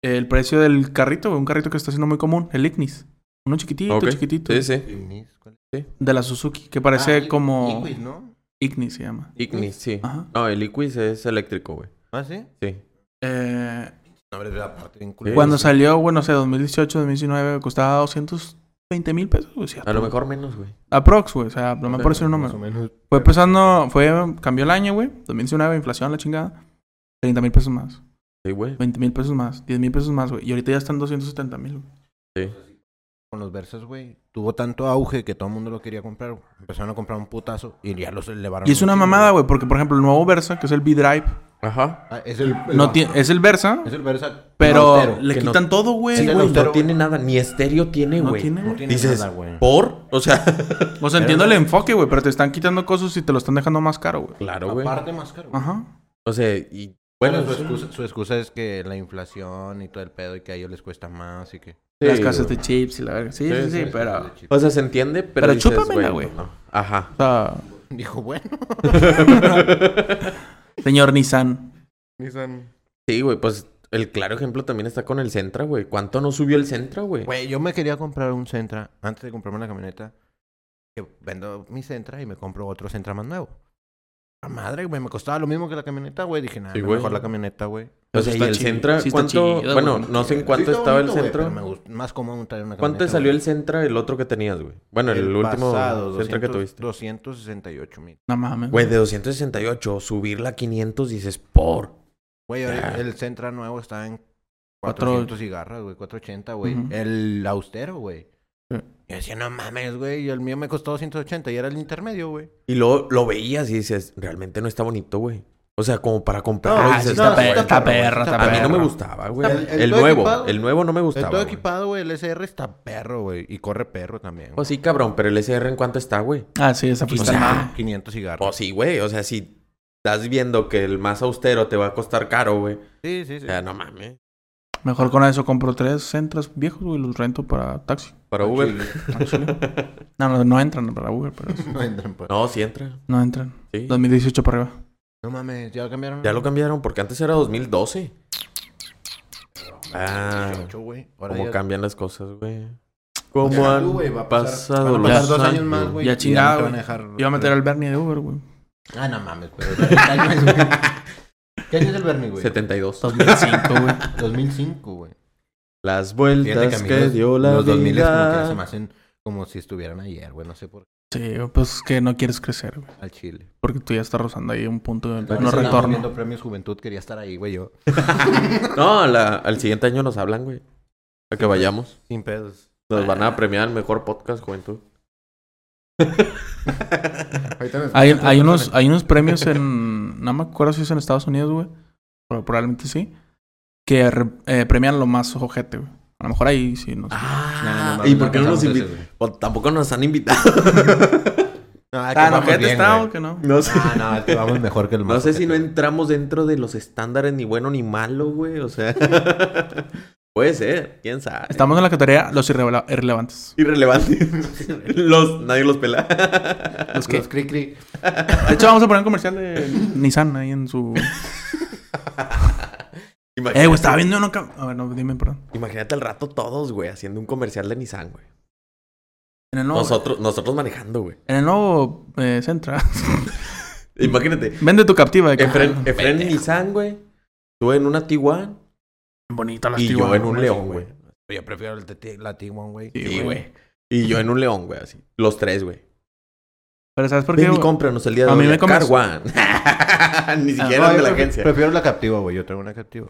[SPEAKER 2] el precio del carrito, güey. Un carrito que está siendo muy común, el Ignis. Uno chiquitito,
[SPEAKER 1] Ok.
[SPEAKER 2] chiquitito.
[SPEAKER 1] Sí, sí.
[SPEAKER 3] Ah,
[SPEAKER 2] De la Suzuki, que parece como.
[SPEAKER 3] Iquis, ¿no?
[SPEAKER 2] Ignis se llama.
[SPEAKER 1] Ignis, sí.
[SPEAKER 2] Ajá.
[SPEAKER 1] No, el Iquis es eléctrico, güey.
[SPEAKER 3] ¿Ah, sí?
[SPEAKER 1] Sí.
[SPEAKER 2] Eh,
[SPEAKER 3] No, pero es la parte bien
[SPEAKER 1] Sí.
[SPEAKER 3] culera.
[SPEAKER 2] Cuando salió, bueno, no sé, 2018, 2019, costaba 220 mil pesos, güey. sí,
[SPEAKER 1] A lo mejor menos, güey.
[SPEAKER 2] Aprox, güey. O sea, no me parece un
[SPEAKER 3] Más
[SPEAKER 2] número.
[SPEAKER 3] o menos.
[SPEAKER 2] Fue empezando, fue, cambió el año, güey. 2019, inflación, la chingada. 30 mil pesos más.
[SPEAKER 1] Sí, güey.
[SPEAKER 2] 20 mil pesos más. 10 mil pesos más, güey. Y ahorita ya están 270 mil, güey.
[SPEAKER 3] Con los versos, güey. Tuvo tanto auge que todo el mundo lo quería comprar. güey. Empezaron a comprar un putazo y ya los elevaron.
[SPEAKER 2] Y es
[SPEAKER 1] Ah,
[SPEAKER 3] un
[SPEAKER 2] una
[SPEAKER 3] chingo,
[SPEAKER 2] mamada, güey, porque por ejemplo el nuevo Versa, que es el B-Drive,
[SPEAKER 1] Ajá.
[SPEAKER 3] Ah, es el, el
[SPEAKER 2] no
[SPEAKER 3] bajo.
[SPEAKER 2] tiene, es el Versa,
[SPEAKER 3] Es el Versa.
[SPEAKER 2] pero
[SPEAKER 3] austero.
[SPEAKER 2] le
[SPEAKER 1] que no-
[SPEAKER 2] quitan todo, güey.
[SPEAKER 1] Sí,
[SPEAKER 3] el
[SPEAKER 1] güey,
[SPEAKER 3] austero,
[SPEAKER 1] no tiene nada. Ni estéreo tiene,
[SPEAKER 2] no
[SPEAKER 1] güey.
[SPEAKER 2] tiene,
[SPEAKER 3] No
[SPEAKER 2] güey.
[SPEAKER 3] tiene
[SPEAKER 1] Dices,
[SPEAKER 3] nada, güey.
[SPEAKER 1] ¿por? O sea...
[SPEAKER 2] O sea, entiendo el enfoque, güey, pero te están quitando cosas y te lo están dejando más caro, güey.
[SPEAKER 1] claro, güey.
[SPEAKER 3] Aparte más caro. güey.
[SPEAKER 2] Ajá.
[SPEAKER 1] O sea, y...
[SPEAKER 3] Bueno,
[SPEAKER 1] Bueno,
[SPEAKER 3] pues, su
[SPEAKER 1] sí.
[SPEAKER 3] excusa, su excusa es que la inflación y todo el pedo y que a ellos les cuesta más y que...
[SPEAKER 2] Las
[SPEAKER 1] Sí,
[SPEAKER 2] casas
[SPEAKER 1] güey.
[SPEAKER 2] de chips y la verga. Sí,
[SPEAKER 1] Sí,
[SPEAKER 2] sí, sí,
[SPEAKER 1] sí, sí,
[SPEAKER 2] pero.
[SPEAKER 1] O sea, se entiende, pero
[SPEAKER 2] Pero
[SPEAKER 1] dices,
[SPEAKER 2] chúpamela, güey.
[SPEAKER 1] no. Ajá.
[SPEAKER 2] O sea,
[SPEAKER 3] Dijo, bueno.
[SPEAKER 2] señor Nissan.
[SPEAKER 1] Sí, güey, pues el claro ejemplo también está con el Centra, güey. ¿Cuánto no subió el Centra, güey?
[SPEAKER 3] Güey, yo me quería comprar un Centra antes de comprarme la camioneta. Que vendo mi Centra y me compro otro Centra más nuevo. La madre, güey, me costaba lo mismo que la camioneta, güey. Dije, nada,
[SPEAKER 1] Sí, güey.
[SPEAKER 3] mejor la camioneta, güey.
[SPEAKER 1] O sea,
[SPEAKER 2] Pues
[SPEAKER 1] y
[SPEAKER 2] está
[SPEAKER 1] el
[SPEAKER 2] chido.
[SPEAKER 1] Centra,
[SPEAKER 2] Sí está
[SPEAKER 1] ¿cuánto?
[SPEAKER 2] chido,
[SPEAKER 1] bueno,
[SPEAKER 2] güey.
[SPEAKER 1] no sé en cuánto
[SPEAKER 3] Sí, está
[SPEAKER 1] estaba
[SPEAKER 3] bonito,
[SPEAKER 1] el
[SPEAKER 3] güey,
[SPEAKER 1] Centra.
[SPEAKER 3] pero me gust- más cómodo traer una camioneta.
[SPEAKER 1] ¿Cuánto te salió
[SPEAKER 3] güey.
[SPEAKER 1] el Centra, el otro que tenías, güey? Bueno, el, último
[SPEAKER 3] pasado,
[SPEAKER 1] Centra que
[SPEAKER 3] 200
[SPEAKER 1] tuviste.
[SPEAKER 3] 268 mil.
[SPEAKER 2] No mames.
[SPEAKER 1] Güey, de 268, subirla a 500 dices, por.
[SPEAKER 3] Güey, ahora
[SPEAKER 1] Ah.
[SPEAKER 3] el Centra nuevo está en
[SPEAKER 2] Cuatro-
[SPEAKER 3] 400 cigarras, güey, 480, güey.
[SPEAKER 2] Ujú.
[SPEAKER 3] El austero, güey.
[SPEAKER 2] Sí.
[SPEAKER 3] Yo decía, no mames, güey. y El mío me costó 280 y era el intermedio, güey.
[SPEAKER 1] Y luego lo veías y dices, realmente no está bonito, güey. O sea, como para comprarlo
[SPEAKER 2] Ah,
[SPEAKER 1] dices,
[SPEAKER 2] sí
[SPEAKER 3] no,
[SPEAKER 2] está,
[SPEAKER 1] "Ah,
[SPEAKER 3] sí
[SPEAKER 2] perra,
[SPEAKER 1] güey,
[SPEAKER 2] está
[SPEAKER 3] perro,
[SPEAKER 2] perra,
[SPEAKER 3] sí
[SPEAKER 2] está
[SPEAKER 3] está
[SPEAKER 1] A mí no me
[SPEAKER 2] perra.
[SPEAKER 1] gustaba, güey.
[SPEAKER 3] El-
[SPEAKER 1] El,
[SPEAKER 3] el todo
[SPEAKER 1] nuevo,
[SPEAKER 3] equipado.
[SPEAKER 1] el nuevo no me
[SPEAKER 3] Está
[SPEAKER 1] gustaba.
[SPEAKER 3] todo
[SPEAKER 1] güey.
[SPEAKER 3] equipado, güey. El SR está perro, güey. Y corre perro también.
[SPEAKER 1] Pues sí, cabrón, pero el SR en cuánto está, güey.
[SPEAKER 2] Ah, sí, esa
[SPEAKER 3] güey.
[SPEAKER 2] pista.
[SPEAKER 1] o sea,
[SPEAKER 2] madre.
[SPEAKER 3] 500 cigarros.
[SPEAKER 1] Pues sí, güey. O sea, si estás viendo que el más austero te va a costar caro, güey.
[SPEAKER 3] Sí, sí,
[SPEAKER 1] O
[SPEAKER 3] sí.
[SPEAKER 1] sea, no mames.
[SPEAKER 2] Mejor con eso compro tres centros viejos, güey, y los rento para taxi.
[SPEAKER 1] Para
[SPEAKER 3] Al
[SPEAKER 1] Uber.
[SPEAKER 3] chile.
[SPEAKER 2] No, no, no entran para Uber, pero es-
[SPEAKER 3] No entran, pues.
[SPEAKER 1] No, sí entra.
[SPEAKER 2] no entran.
[SPEAKER 1] Sí.
[SPEAKER 2] 2018 para arriba.
[SPEAKER 3] No mames, ya lo cambiaron.
[SPEAKER 1] Ya lo cambiaron porque antes era 2012. Ah,
[SPEAKER 3] 18, güey. Ahora
[SPEAKER 1] cómo
[SPEAKER 3] ya-
[SPEAKER 1] cambian las cosas, güey.
[SPEAKER 3] Pues
[SPEAKER 1] Cómo
[SPEAKER 3] Deja tú,
[SPEAKER 1] han
[SPEAKER 3] güey, va a pasar-
[SPEAKER 1] pasado
[SPEAKER 3] van a
[SPEAKER 1] los
[SPEAKER 3] pasar
[SPEAKER 1] años.
[SPEAKER 3] dos años más, güey.
[SPEAKER 2] Ya
[SPEAKER 3] y no te
[SPEAKER 2] chingado,
[SPEAKER 3] van a
[SPEAKER 2] güey.
[SPEAKER 3] dejar-
[SPEAKER 2] Iba a meter al Bernie de Uber, güey.
[SPEAKER 3] Ah, no mames, pero. ¿Qué año es el Bernie, güey?
[SPEAKER 1] 72.
[SPEAKER 2] 2005, güey.
[SPEAKER 3] 2005, güey.
[SPEAKER 1] Las vueltas que, dio la
[SPEAKER 3] los 2000 como que se me
[SPEAKER 1] vida.
[SPEAKER 3] hacen como si estuvieran ayer, güey. No sé por qué.
[SPEAKER 2] Sí, güey, pues que no quieres crecer, güey.
[SPEAKER 3] Al Chile.
[SPEAKER 2] Porque tú ya estás rozando ahí un punto de
[SPEAKER 3] Entonces,
[SPEAKER 2] no
[SPEAKER 3] estábamos
[SPEAKER 2] retorno.
[SPEAKER 3] viendo premios Juventud, quería estar ahí, güey, yo.
[SPEAKER 1] No, la- al siguiente año nos hablan, güey. Ah. A que vayamos.
[SPEAKER 3] Sin pedos.
[SPEAKER 1] Nos van a premiar el mejor podcast, juventud.
[SPEAKER 3] Ahorita nos-
[SPEAKER 2] Hay, hay, unos, hay unos premios en. No me acuerdo si es en Estados Unidos, güey. Pero probablemente sí. Que re- eh, premian lo más ojete, güey. A lo mejor ahí sí, no sé.
[SPEAKER 1] Ah, ¿y por qué no nos
[SPEAKER 3] pensamos
[SPEAKER 1] invitan?
[SPEAKER 3] eso, güey.
[SPEAKER 1] Tampoco nos han invitado.
[SPEAKER 3] Ah, No,
[SPEAKER 2] ¿Tan
[SPEAKER 3] aquí vamos
[SPEAKER 2] Ah, ojete
[SPEAKER 3] bien,
[SPEAKER 2] está
[SPEAKER 3] güey.
[SPEAKER 2] o que no?
[SPEAKER 1] No sé.
[SPEAKER 3] Ah, no, aquí vamos mejor que el
[SPEAKER 1] No sé si no
[SPEAKER 3] ojete.
[SPEAKER 1] entramos dentro de los estándares ni bueno ni malo, güey. O sea, puede ser, quién sabe.
[SPEAKER 2] Estamos en la categoría los irrevela- irrelevantes.
[SPEAKER 1] irrelevantes. los, nadie los pela.
[SPEAKER 2] Los que-
[SPEAKER 3] Los cri cri.
[SPEAKER 2] De hecho, vamos a poner un comercial de Nissan ahí en su. Eh, güey, estaba viendo uno. cab- A ver, no, dime, perdón.
[SPEAKER 1] Imagínate al rato todos, güey, haciendo un comercial de Nissan, güey.
[SPEAKER 2] En el nuevo.
[SPEAKER 1] Nosotros, nosotros manejando, güey.
[SPEAKER 2] En el nuevo eh, Sentra.
[SPEAKER 1] Imagínate.
[SPEAKER 2] Vende tu captiva. de que-
[SPEAKER 1] Efren, Efren Nissan, güey. Tú en una Tiguan
[SPEAKER 2] Bonita la
[SPEAKER 1] y yo
[SPEAKER 2] Tiguan,
[SPEAKER 1] en un
[SPEAKER 2] güey.
[SPEAKER 1] León, güey.
[SPEAKER 3] Yo prefiero el T- la T1, güey.
[SPEAKER 2] Sí,
[SPEAKER 1] Sí,
[SPEAKER 2] güey.
[SPEAKER 1] güey. Y yo en un León, güey, así. Los tres, güey.
[SPEAKER 2] Pero ¿sabes por qué?
[SPEAKER 1] Ven y
[SPEAKER 2] güey?
[SPEAKER 1] cómpranos el día de
[SPEAKER 2] A
[SPEAKER 1] hoy.
[SPEAKER 2] mí me Ah,
[SPEAKER 1] a Car One. Ni
[SPEAKER 3] No,
[SPEAKER 1] siquiera
[SPEAKER 3] yo
[SPEAKER 1] de la
[SPEAKER 3] prefi-
[SPEAKER 1] agencia.
[SPEAKER 3] Prefiero la captiva, güey. Yo traigo una captiva.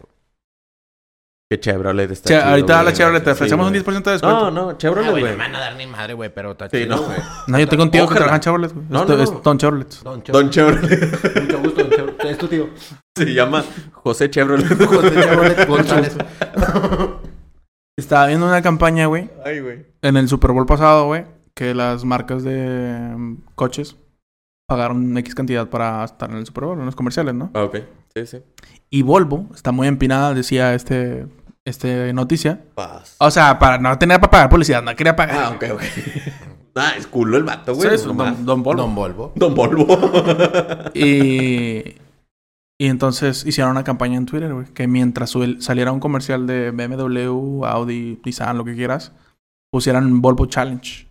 [SPEAKER 1] Que Chevrolet está
[SPEAKER 2] Che,
[SPEAKER 1] chido,
[SPEAKER 2] ahorita
[SPEAKER 1] güey.
[SPEAKER 2] la Chevrolet te
[SPEAKER 1] Sí,
[SPEAKER 2] ofrecemos un Ah,
[SPEAKER 1] güey.
[SPEAKER 2] 10% de
[SPEAKER 1] No,
[SPEAKER 2] descuento.
[SPEAKER 1] no, Chevrolet, Ah, güey.
[SPEAKER 3] a dar ni madre, güey, pero está
[SPEAKER 1] Sí, no.
[SPEAKER 2] No, yo tengo un tío que
[SPEAKER 1] Ojalá.
[SPEAKER 2] trabaja en Chevrolet, güey.
[SPEAKER 1] No,
[SPEAKER 2] Esto-
[SPEAKER 1] no,
[SPEAKER 2] es
[SPEAKER 1] no.
[SPEAKER 2] Don Chevrolet.
[SPEAKER 3] Don Cheo.
[SPEAKER 1] Don Chevrolet.
[SPEAKER 3] Mucho gusto, Don Cheo. Es tu tío.
[SPEAKER 1] Se llama José Chevrolet.
[SPEAKER 3] José Chevrolet González.
[SPEAKER 2] Estaba viendo una campaña, güey,
[SPEAKER 1] Ay, güey.
[SPEAKER 2] en el Super Bowl pasado, güey, que las marcas de mm, coches pagaron X cantidad para estar en el Super Bowl, en los comerciales, ¿no?
[SPEAKER 1] Ah, ok. Sí, sí.
[SPEAKER 2] Y Volvo está muy empinada, decía este, este noticia.
[SPEAKER 1] Paz.
[SPEAKER 2] O sea, para no tener para pagar publicidad, no quería pagar.
[SPEAKER 1] Ah, ok, ok. Ah, es culo el vato,
[SPEAKER 2] Sí,
[SPEAKER 1] güey.
[SPEAKER 2] es
[SPEAKER 1] nomás.
[SPEAKER 2] don, don Volvo.
[SPEAKER 3] Don Volvo.
[SPEAKER 1] Don Volvo.
[SPEAKER 2] Y, y entonces hicieron una campaña en Twitter, güey, que mientras su- saliera un comercial de BMW, Audi, Nissan, lo que quieras, pusieran Volvo Challenge.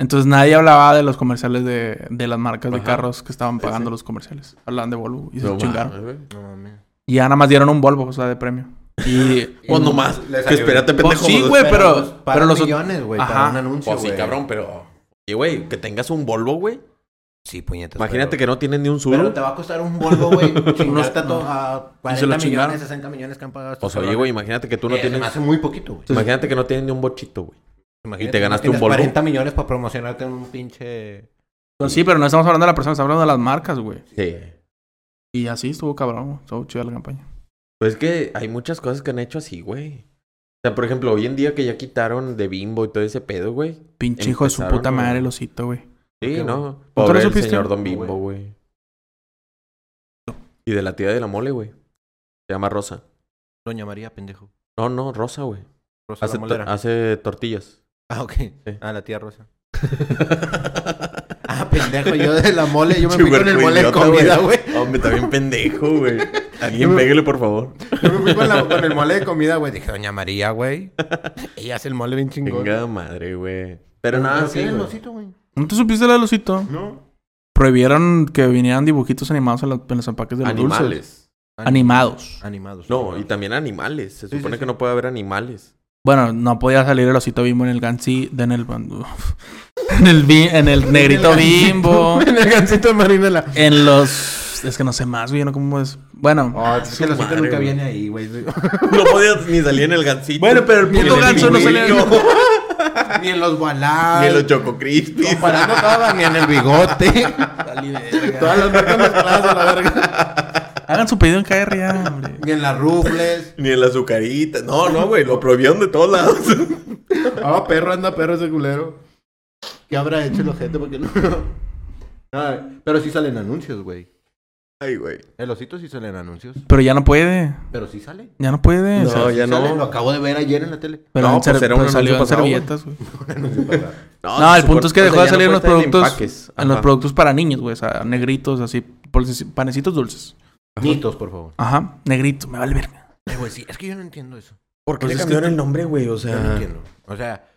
[SPEAKER 2] Entonces nadie hablaba de los comerciales de, de las marcas de
[SPEAKER 1] Ajá.
[SPEAKER 2] carros que estaban
[SPEAKER 1] Sí,
[SPEAKER 2] pagando
[SPEAKER 1] sí. eh.
[SPEAKER 2] los comerciales. Hablaban de Volvo y se
[SPEAKER 1] No
[SPEAKER 2] chingaron.
[SPEAKER 1] mames, güey.
[SPEAKER 3] No mames.
[SPEAKER 2] Y ya nada más dieron un Volvo, o sea, de premio. Y.
[SPEAKER 1] Pues nomás.
[SPEAKER 3] Le
[SPEAKER 1] Que
[SPEAKER 3] salió
[SPEAKER 1] espérate,
[SPEAKER 2] bien. Pues
[SPEAKER 1] pendejo.
[SPEAKER 2] sí,
[SPEAKER 1] pues,
[SPEAKER 2] güey. pero-
[SPEAKER 3] pues, para
[SPEAKER 2] pero los ot-
[SPEAKER 3] millones, güey,
[SPEAKER 2] Ajá.
[SPEAKER 3] para un anuncio,
[SPEAKER 1] Pues sí,
[SPEAKER 3] güey.
[SPEAKER 1] cabrón, pero. Y, güey, que tengas un Volvo, güey.
[SPEAKER 3] Sí, puñetas.
[SPEAKER 1] Imagínate
[SPEAKER 3] pero-
[SPEAKER 1] que no tienen ni un
[SPEAKER 3] Pero
[SPEAKER 1] Subaru.
[SPEAKER 3] te va a costar un Volvo, güey. Chingarte a, to-
[SPEAKER 2] no.
[SPEAKER 3] a
[SPEAKER 2] Y se lo
[SPEAKER 3] 40 millones,
[SPEAKER 2] chingaron.
[SPEAKER 3] 60 millones que han pagado. estos
[SPEAKER 1] Pues oye,
[SPEAKER 3] cabrones.
[SPEAKER 1] güey, imagínate que tú no
[SPEAKER 3] Eh, se me
[SPEAKER 1] tienes.
[SPEAKER 3] hace muy poquito, güey.
[SPEAKER 1] Imagínate que no tienen ni un bochito, güey.
[SPEAKER 3] Imagínate,
[SPEAKER 1] te ganaste un
[SPEAKER 3] no tienes
[SPEAKER 1] Volvo.
[SPEAKER 3] 40 millones para promocionarte en un pinche...
[SPEAKER 2] Pues sí, pero no estamos hablando de la persona, estamos hablando de las marcas, güey.
[SPEAKER 1] Sí.
[SPEAKER 2] Y así estuvo cabrón, güey. estuvo chida la campaña.
[SPEAKER 1] Pues es que hay muchas cosas que han hecho así, güey. O sea, por ejemplo, hoy en día que ya quitaron de bimbo y todo ese pedo, güey.
[SPEAKER 2] Pinche hijo de su
[SPEAKER 1] Empezaron,
[SPEAKER 2] puta
[SPEAKER 1] güey.
[SPEAKER 2] madre, el osito, güey.
[SPEAKER 1] Sí,
[SPEAKER 3] qué,
[SPEAKER 1] ¿no?
[SPEAKER 2] lo
[SPEAKER 1] Pobre el
[SPEAKER 2] supiste?
[SPEAKER 1] señor Don
[SPEAKER 3] No,
[SPEAKER 1] Bimbo, güey. Y de la tía de la mole, güey. Se llama Rosa.
[SPEAKER 3] Doña María, pendejo.
[SPEAKER 1] No, no, Rosa, güey.
[SPEAKER 3] Rosa
[SPEAKER 1] Hace,
[SPEAKER 3] la
[SPEAKER 1] tor-
[SPEAKER 3] molera.
[SPEAKER 1] hace tortillas.
[SPEAKER 3] Ah, ok. Ah, la tía Rosa.
[SPEAKER 1] ah,
[SPEAKER 3] Ah, pendejo, yo de la mole, yo me
[SPEAKER 1] Sí,
[SPEAKER 3] fui
[SPEAKER 1] güey,
[SPEAKER 3] con el
[SPEAKER 1] fue
[SPEAKER 3] mole de
[SPEAKER 1] idiota,
[SPEAKER 3] comida, güey.
[SPEAKER 1] Hombre, también pendejo, güey. Alguien pégale, por favor.
[SPEAKER 3] Yo me fui con, la- con el mole de comida, güey. Dije, Doña María, güey. Ella hace el mole bien chingón.
[SPEAKER 1] Venga, madre, güey. Pero nada,
[SPEAKER 3] ¿Pero
[SPEAKER 1] Ah, sí,
[SPEAKER 3] qué
[SPEAKER 1] güey.
[SPEAKER 3] osito, güey?
[SPEAKER 2] ¿No te supiste la del osito?
[SPEAKER 3] No.
[SPEAKER 2] Prohibieron que vinieran dibujitos animados en, la- en los empaques de los dulces.
[SPEAKER 1] Animales.
[SPEAKER 2] Animados.
[SPEAKER 3] Animados.
[SPEAKER 1] No, y también animales. Se
[SPEAKER 3] Sí, sí,
[SPEAKER 1] supone que
[SPEAKER 3] sí.
[SPEAKER 1] no puede haber animales.
[SPEAKER 2] Bueno, no podía salir el osito bimbo en el Gansi, en el en el, bi- en el negrito bimbo,
[SPEAKER 3] en el gancito de Marinela.
[SPEAKER 2] en los es que no sé más, güey, no cómo es. Bueno,
[SPEAKER 3] Oh, es que el osito
[SPEAKER 1] madre,
[SPEAKER 3] nunca
[SPEAKER 1] güey.
[SPEAKER 3] viene ahí, güey.
[SPEAKER 1] No podía ni salir en el gancito.
[SPEAKER 2] Bueno, pero el
[SPEAKER 1] Ni en
[SPEAKER 2] puto ganso no salía en el-
[SPEAKER 1] pingüino,
[SPEAKER 3] Ni en los gualás.
[SPEAKER 1] Ni en los Choco Crispies.
[SPEAKER 3] Comparando todas, ni en el bigote. todas las marcas mezcladas a la verga.
[SPEAKER 2] hagan su pedido en KR ya, hombre.
[SPEAKER 3] Ni en las rufles.
[SPEAKER 1] Ni en las azucaritas. No, no, güey. Lo prohibieron de todos lados.
[SPEAKER 3] Ah, perro, anda perro ese culero. ¿Qué habrá hecho el ojete? Porque no. Ah, pero sí salen anuncios, güey.
[SPEAKER 1] Ay, güey.
[SPEAKER 3] El osito sí salen anuncios.
[SPEAKER 2] Pero ya no puede,
[SPEAKER 3] Pero sí sale.
[SPEAKER 2] ya no puede.
[SPEAKER 1] No,
[SPEAKER 2] o sea,
[SPEAKER 1] ya
[SPEAKER 3] Sí
[SPEAKER 1] no.
[SPEAKER 3] sale, Lo acabo de ver ayer en la tele.
[SPEAKER 2] pero
[SPEAKER 1] No,
[SPEAKER 2] en ser-
[SPEAKER 1] pues era un
[SPEAKER 2] pero salió en
[SPEAKER 1] anuncio pasado, güey.
[SPEAKER 2] servilletas, güey.
[SPEAKER 1] sí,
[SPEAKER 2] No, el
[SPEAKER 1] se
[SPEAKER 2] punto es que
[SPEAKER 1] supone-
[SPEAKER 2] dejó
[SPEAKER 1] o sea,
[SPEAKER 2] de
[SPEAKER 1] ya
[SPEAKER 2] salir en
[SPEAKER 1] no
[SPEAKER 2] los
[SPEAKER 1] puede estar
[SPEAKER 2] productos
[SPEAKER 1] empaques.
[SPEAKER 2] en los
[SPEAKER 1] Ajá.
[SPEAKER 2] productos para niños, güey, o sea, negritos así, bolsas- panecitos dulces.
[SPEAKER 3] Mitos, por favor.
[SPEAKER 2] Ajá, negrito, me vale verga.
[SPEAKER 3] Eh, güey, sí, es que yo no entiendo eso.
[SPEAKER 1] ¿Por qué le
[SPEAKER 2] Pues es que-
[SPEAKER 1] cambiaron el nombre, güey? O
[SPEAKER 3] Yo no
[SPEAKER 1] sea...
[SPEAKER 3] entiendo. O sea,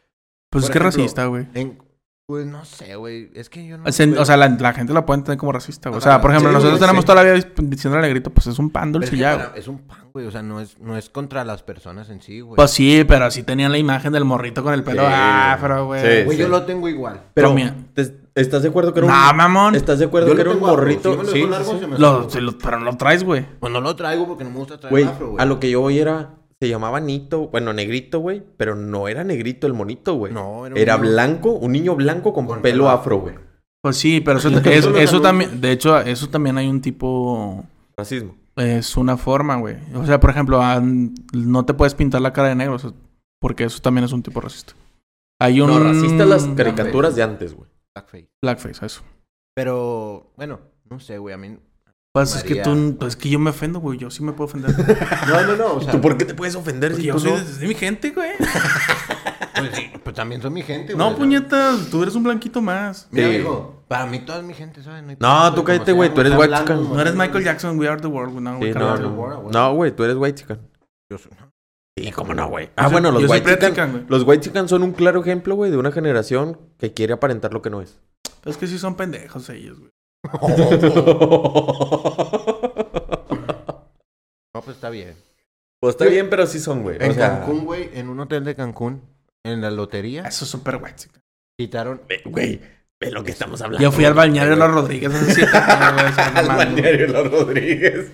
[SPEAKER 2] Pues
[SPEAKER 3] Por
[SPEAKER 2] es que es
[SPEAKER 3] ejemplo,
[SPEAKER 2] racista, güey.
[SPEAKER 3] en... Pues no sé, güey. Es que yo no...
[SPEAKER 2] O sea, o sea, la, la gente la puede entender como racista, güey. O sea,
[SPEAKER 3] Ajá.
[SPEAKER 2] por ejemplo,
[SPEAKER 3] Sí,
[SPEAKER 2] nosotros
[SPEAKER 3] güey,
[SPEAKER 2] tenemos
[SPEAKER 3] sí.
[SPEAKER 2] toda la vida dis- diciendo al negrito, pues es un pan
[SPEAKER 3] Pero es
[SPEAKER 2] dulce
[SPEAKER 3] que
[SPEAKER 2] ya,
[SPEAKER 3] para-
[SPEAKER 2] güey.
[SPEAKER 3] Es un pan, güey. O sea, no es, no es contra las personas en sí, güey.
[SPEAKER 2] Pues sí, pero sí tenían la imagen del morrito con el pelo
[SPEAKER 1] Sí,
[SPEAKER 2] afro, güey.
[SPEAKER 1] güey.
[SPEAKER 3] Güey,
[SPEAKER 1] Sí.
[SPEAKER 3] yo lo tengo igual.
[SPEAKER 1] Pero,
[SPEAKER 2] Pero mira-
[SPEAKER 1] ¿te- ¿estás de acuerdo que era un...
[SPEAKER 2] Nah, mamón.
[SPEAKER 1] ¿Estás de acuerdo
[SPEAKER 3] Yo
[SPEAKER 1] que era
[SPEAKER 3] lo
[SPEAKER 1] un
[SPEAKER 3] tengo afro,
[SPEAKER 1] morrito?
[SPEAKER 3] sí me lo
[SPEAKER 1] Sí,
[SPEAKER 3] dejo
[SPEAKER 1] sí,
[SPEAKER 3] largo,
[SPEAKER 1] sí.
[SPEAKER 3] se me
[SPEAKER 2] Lo-
[SPEAKER 3] sube,
[SPEAKER 2] se
[SPEAKER 3] güey.
[SPEAKER 2] lo- pero lo traes, güey.
[SPEAKER 3] Pues no lo traigo porque no me gusta traer
[SPEAKER 1] Güey,
[SPEAKER 3] afro, güey.
[SPEAKER 1] a lo que yo voy era... Se llamaba Nito, bueno, negrito, güey, pero no era negrito el monito, güey.
[SPEAKER 3] No,
[SPEAKER 1] era,
[SPEAKER 3] era un niño-
[SPEAKER 1] blanco, un niño blanco con,
[SPEAKER 3] Con
[SPEAKER 1] pelo afro, güey.
[SPEAKER 2] Pues sí, pero eso,
[SPEAKER 3] Y todos
[SPEAKER 2] es-
[SPEAKER 3] los
[SPEAKER 2] eso
[SPEAKER 3] anuncios.
[SPEAKER 2] también, de hecho, eso también hay un tipo,
[SPEAKER 1] Racismo.
[SPEAKER 2] es una forma, güey. O sea, por ejemplo, ah, no te puedes pintar la cara de negro, o sea, porque eso también es un tipo racista. Hay un...
[SPEAKER 1] No, racista las caricaturas
[SPEAKER 3] caricaturas
[SPEAKER 1] de antes, güey.
[SPEAKER 3] Blackface.
[SPEAKER 2] Blackface, eso.
[SPEAKER 3] Pero, bueno, no sé, güey. A mí...
[SPEAKER 2] Pues es que
[SPEAKER 3] María.
[SPEAKER 2] tú, pues es que yo me ofendo, güey. Yo sí me puedo ofender.
[SPEAKER 3] No, no, no. O sea,
[SPEAKER 1] ¿Tú por qué te puedes ofender
[SPEAKER 2] Porque
[SPEAKER 1] si
[SPEAKER 2] yo
[SPEAKER 1] tú
[SPEAKER 2] soy
[SPEAKER 1] no?
[SPEAKER 2] de, de mi gente, güey.
[SPEAKER 3] pues, sí, pues también son mi gente, güey.
[SPEAKER 2] No,
[SPEAKER 3] O sea,
[SPEAKER 2] puñetas, tú eres un blanquito más.
[SPEAKER 3] Mira,
[SPEAKER 1] Sí.
[SPEAKER 3] amigo, para mí toda mi gente, ¿sabes? hay
[SPEAKER 1] No,
[SPEAKER 3] pedo,
[SPEAKER 1] tú
[SPEAKER 3] como
[SPEAKER 1] cállate,
[SPEAKER 3] sea,
[SPEAKER 1] güey, tú eres
[SPEAKER 3] está
[SPEAKER 1] white
[SPEAKER 3] blanco,
[SPEAKER 1] chicken.
[SPEAKER 2] No eres Michael
[SPEAKER 3] güey.
[SPEAKER 2] Jackson, we are the world, güey, no, güey.
[SPEAKER 1] Sí, no, no.
[SPEAKER 2] carnal.
[SPEAKER 3] güey.
[SPEAKER 1] No, güey, tú eres white chican.
[SPEAKER 3] Yo soy- no.
[SPEAKER 1] Sí, cómo no, güey. Ah,
[SPEAKER 2] soy-
[SPEAKER 1] bueno, los
[SPEAKER 2] yo soy
[SPEAKER 1] white chican,
[SPEAKER 2] pretican, güey.
[SPEAKER 1] los white chican son un claro ejemplo, güey, de una generación que quiere aparentar lo que no es.
[SPEAKER 2] Pero es que sí son pendejos ellos, güey.
[SPEAKER 3] Oh, No, pues está bien.
[SPEAKER 1] pues está bien, pero sí son, güey.
[SPEAKER 3] En
[SPEAKER 1] O sea,
[SPEAKER 3] Cancún, güey, en un hotel de Cancún, en la lotería,
[SPEAKER 2] Eso es súper white chican.
[SPEAKER 3] quitaron.
[SPEAKER 1] ve- güey, ve lo que estamos hablando.
[SPEAKER 2] Yo fui al balneario de
[SPEAKER 1] güey.
[SPEAKER 2] los Rodríguez hace siete años, güey. o sea, no
[SPEAKER 1] Al
[SPEAKER 2] mames.
[SPEAKER 1] balneario de los Rodríguez.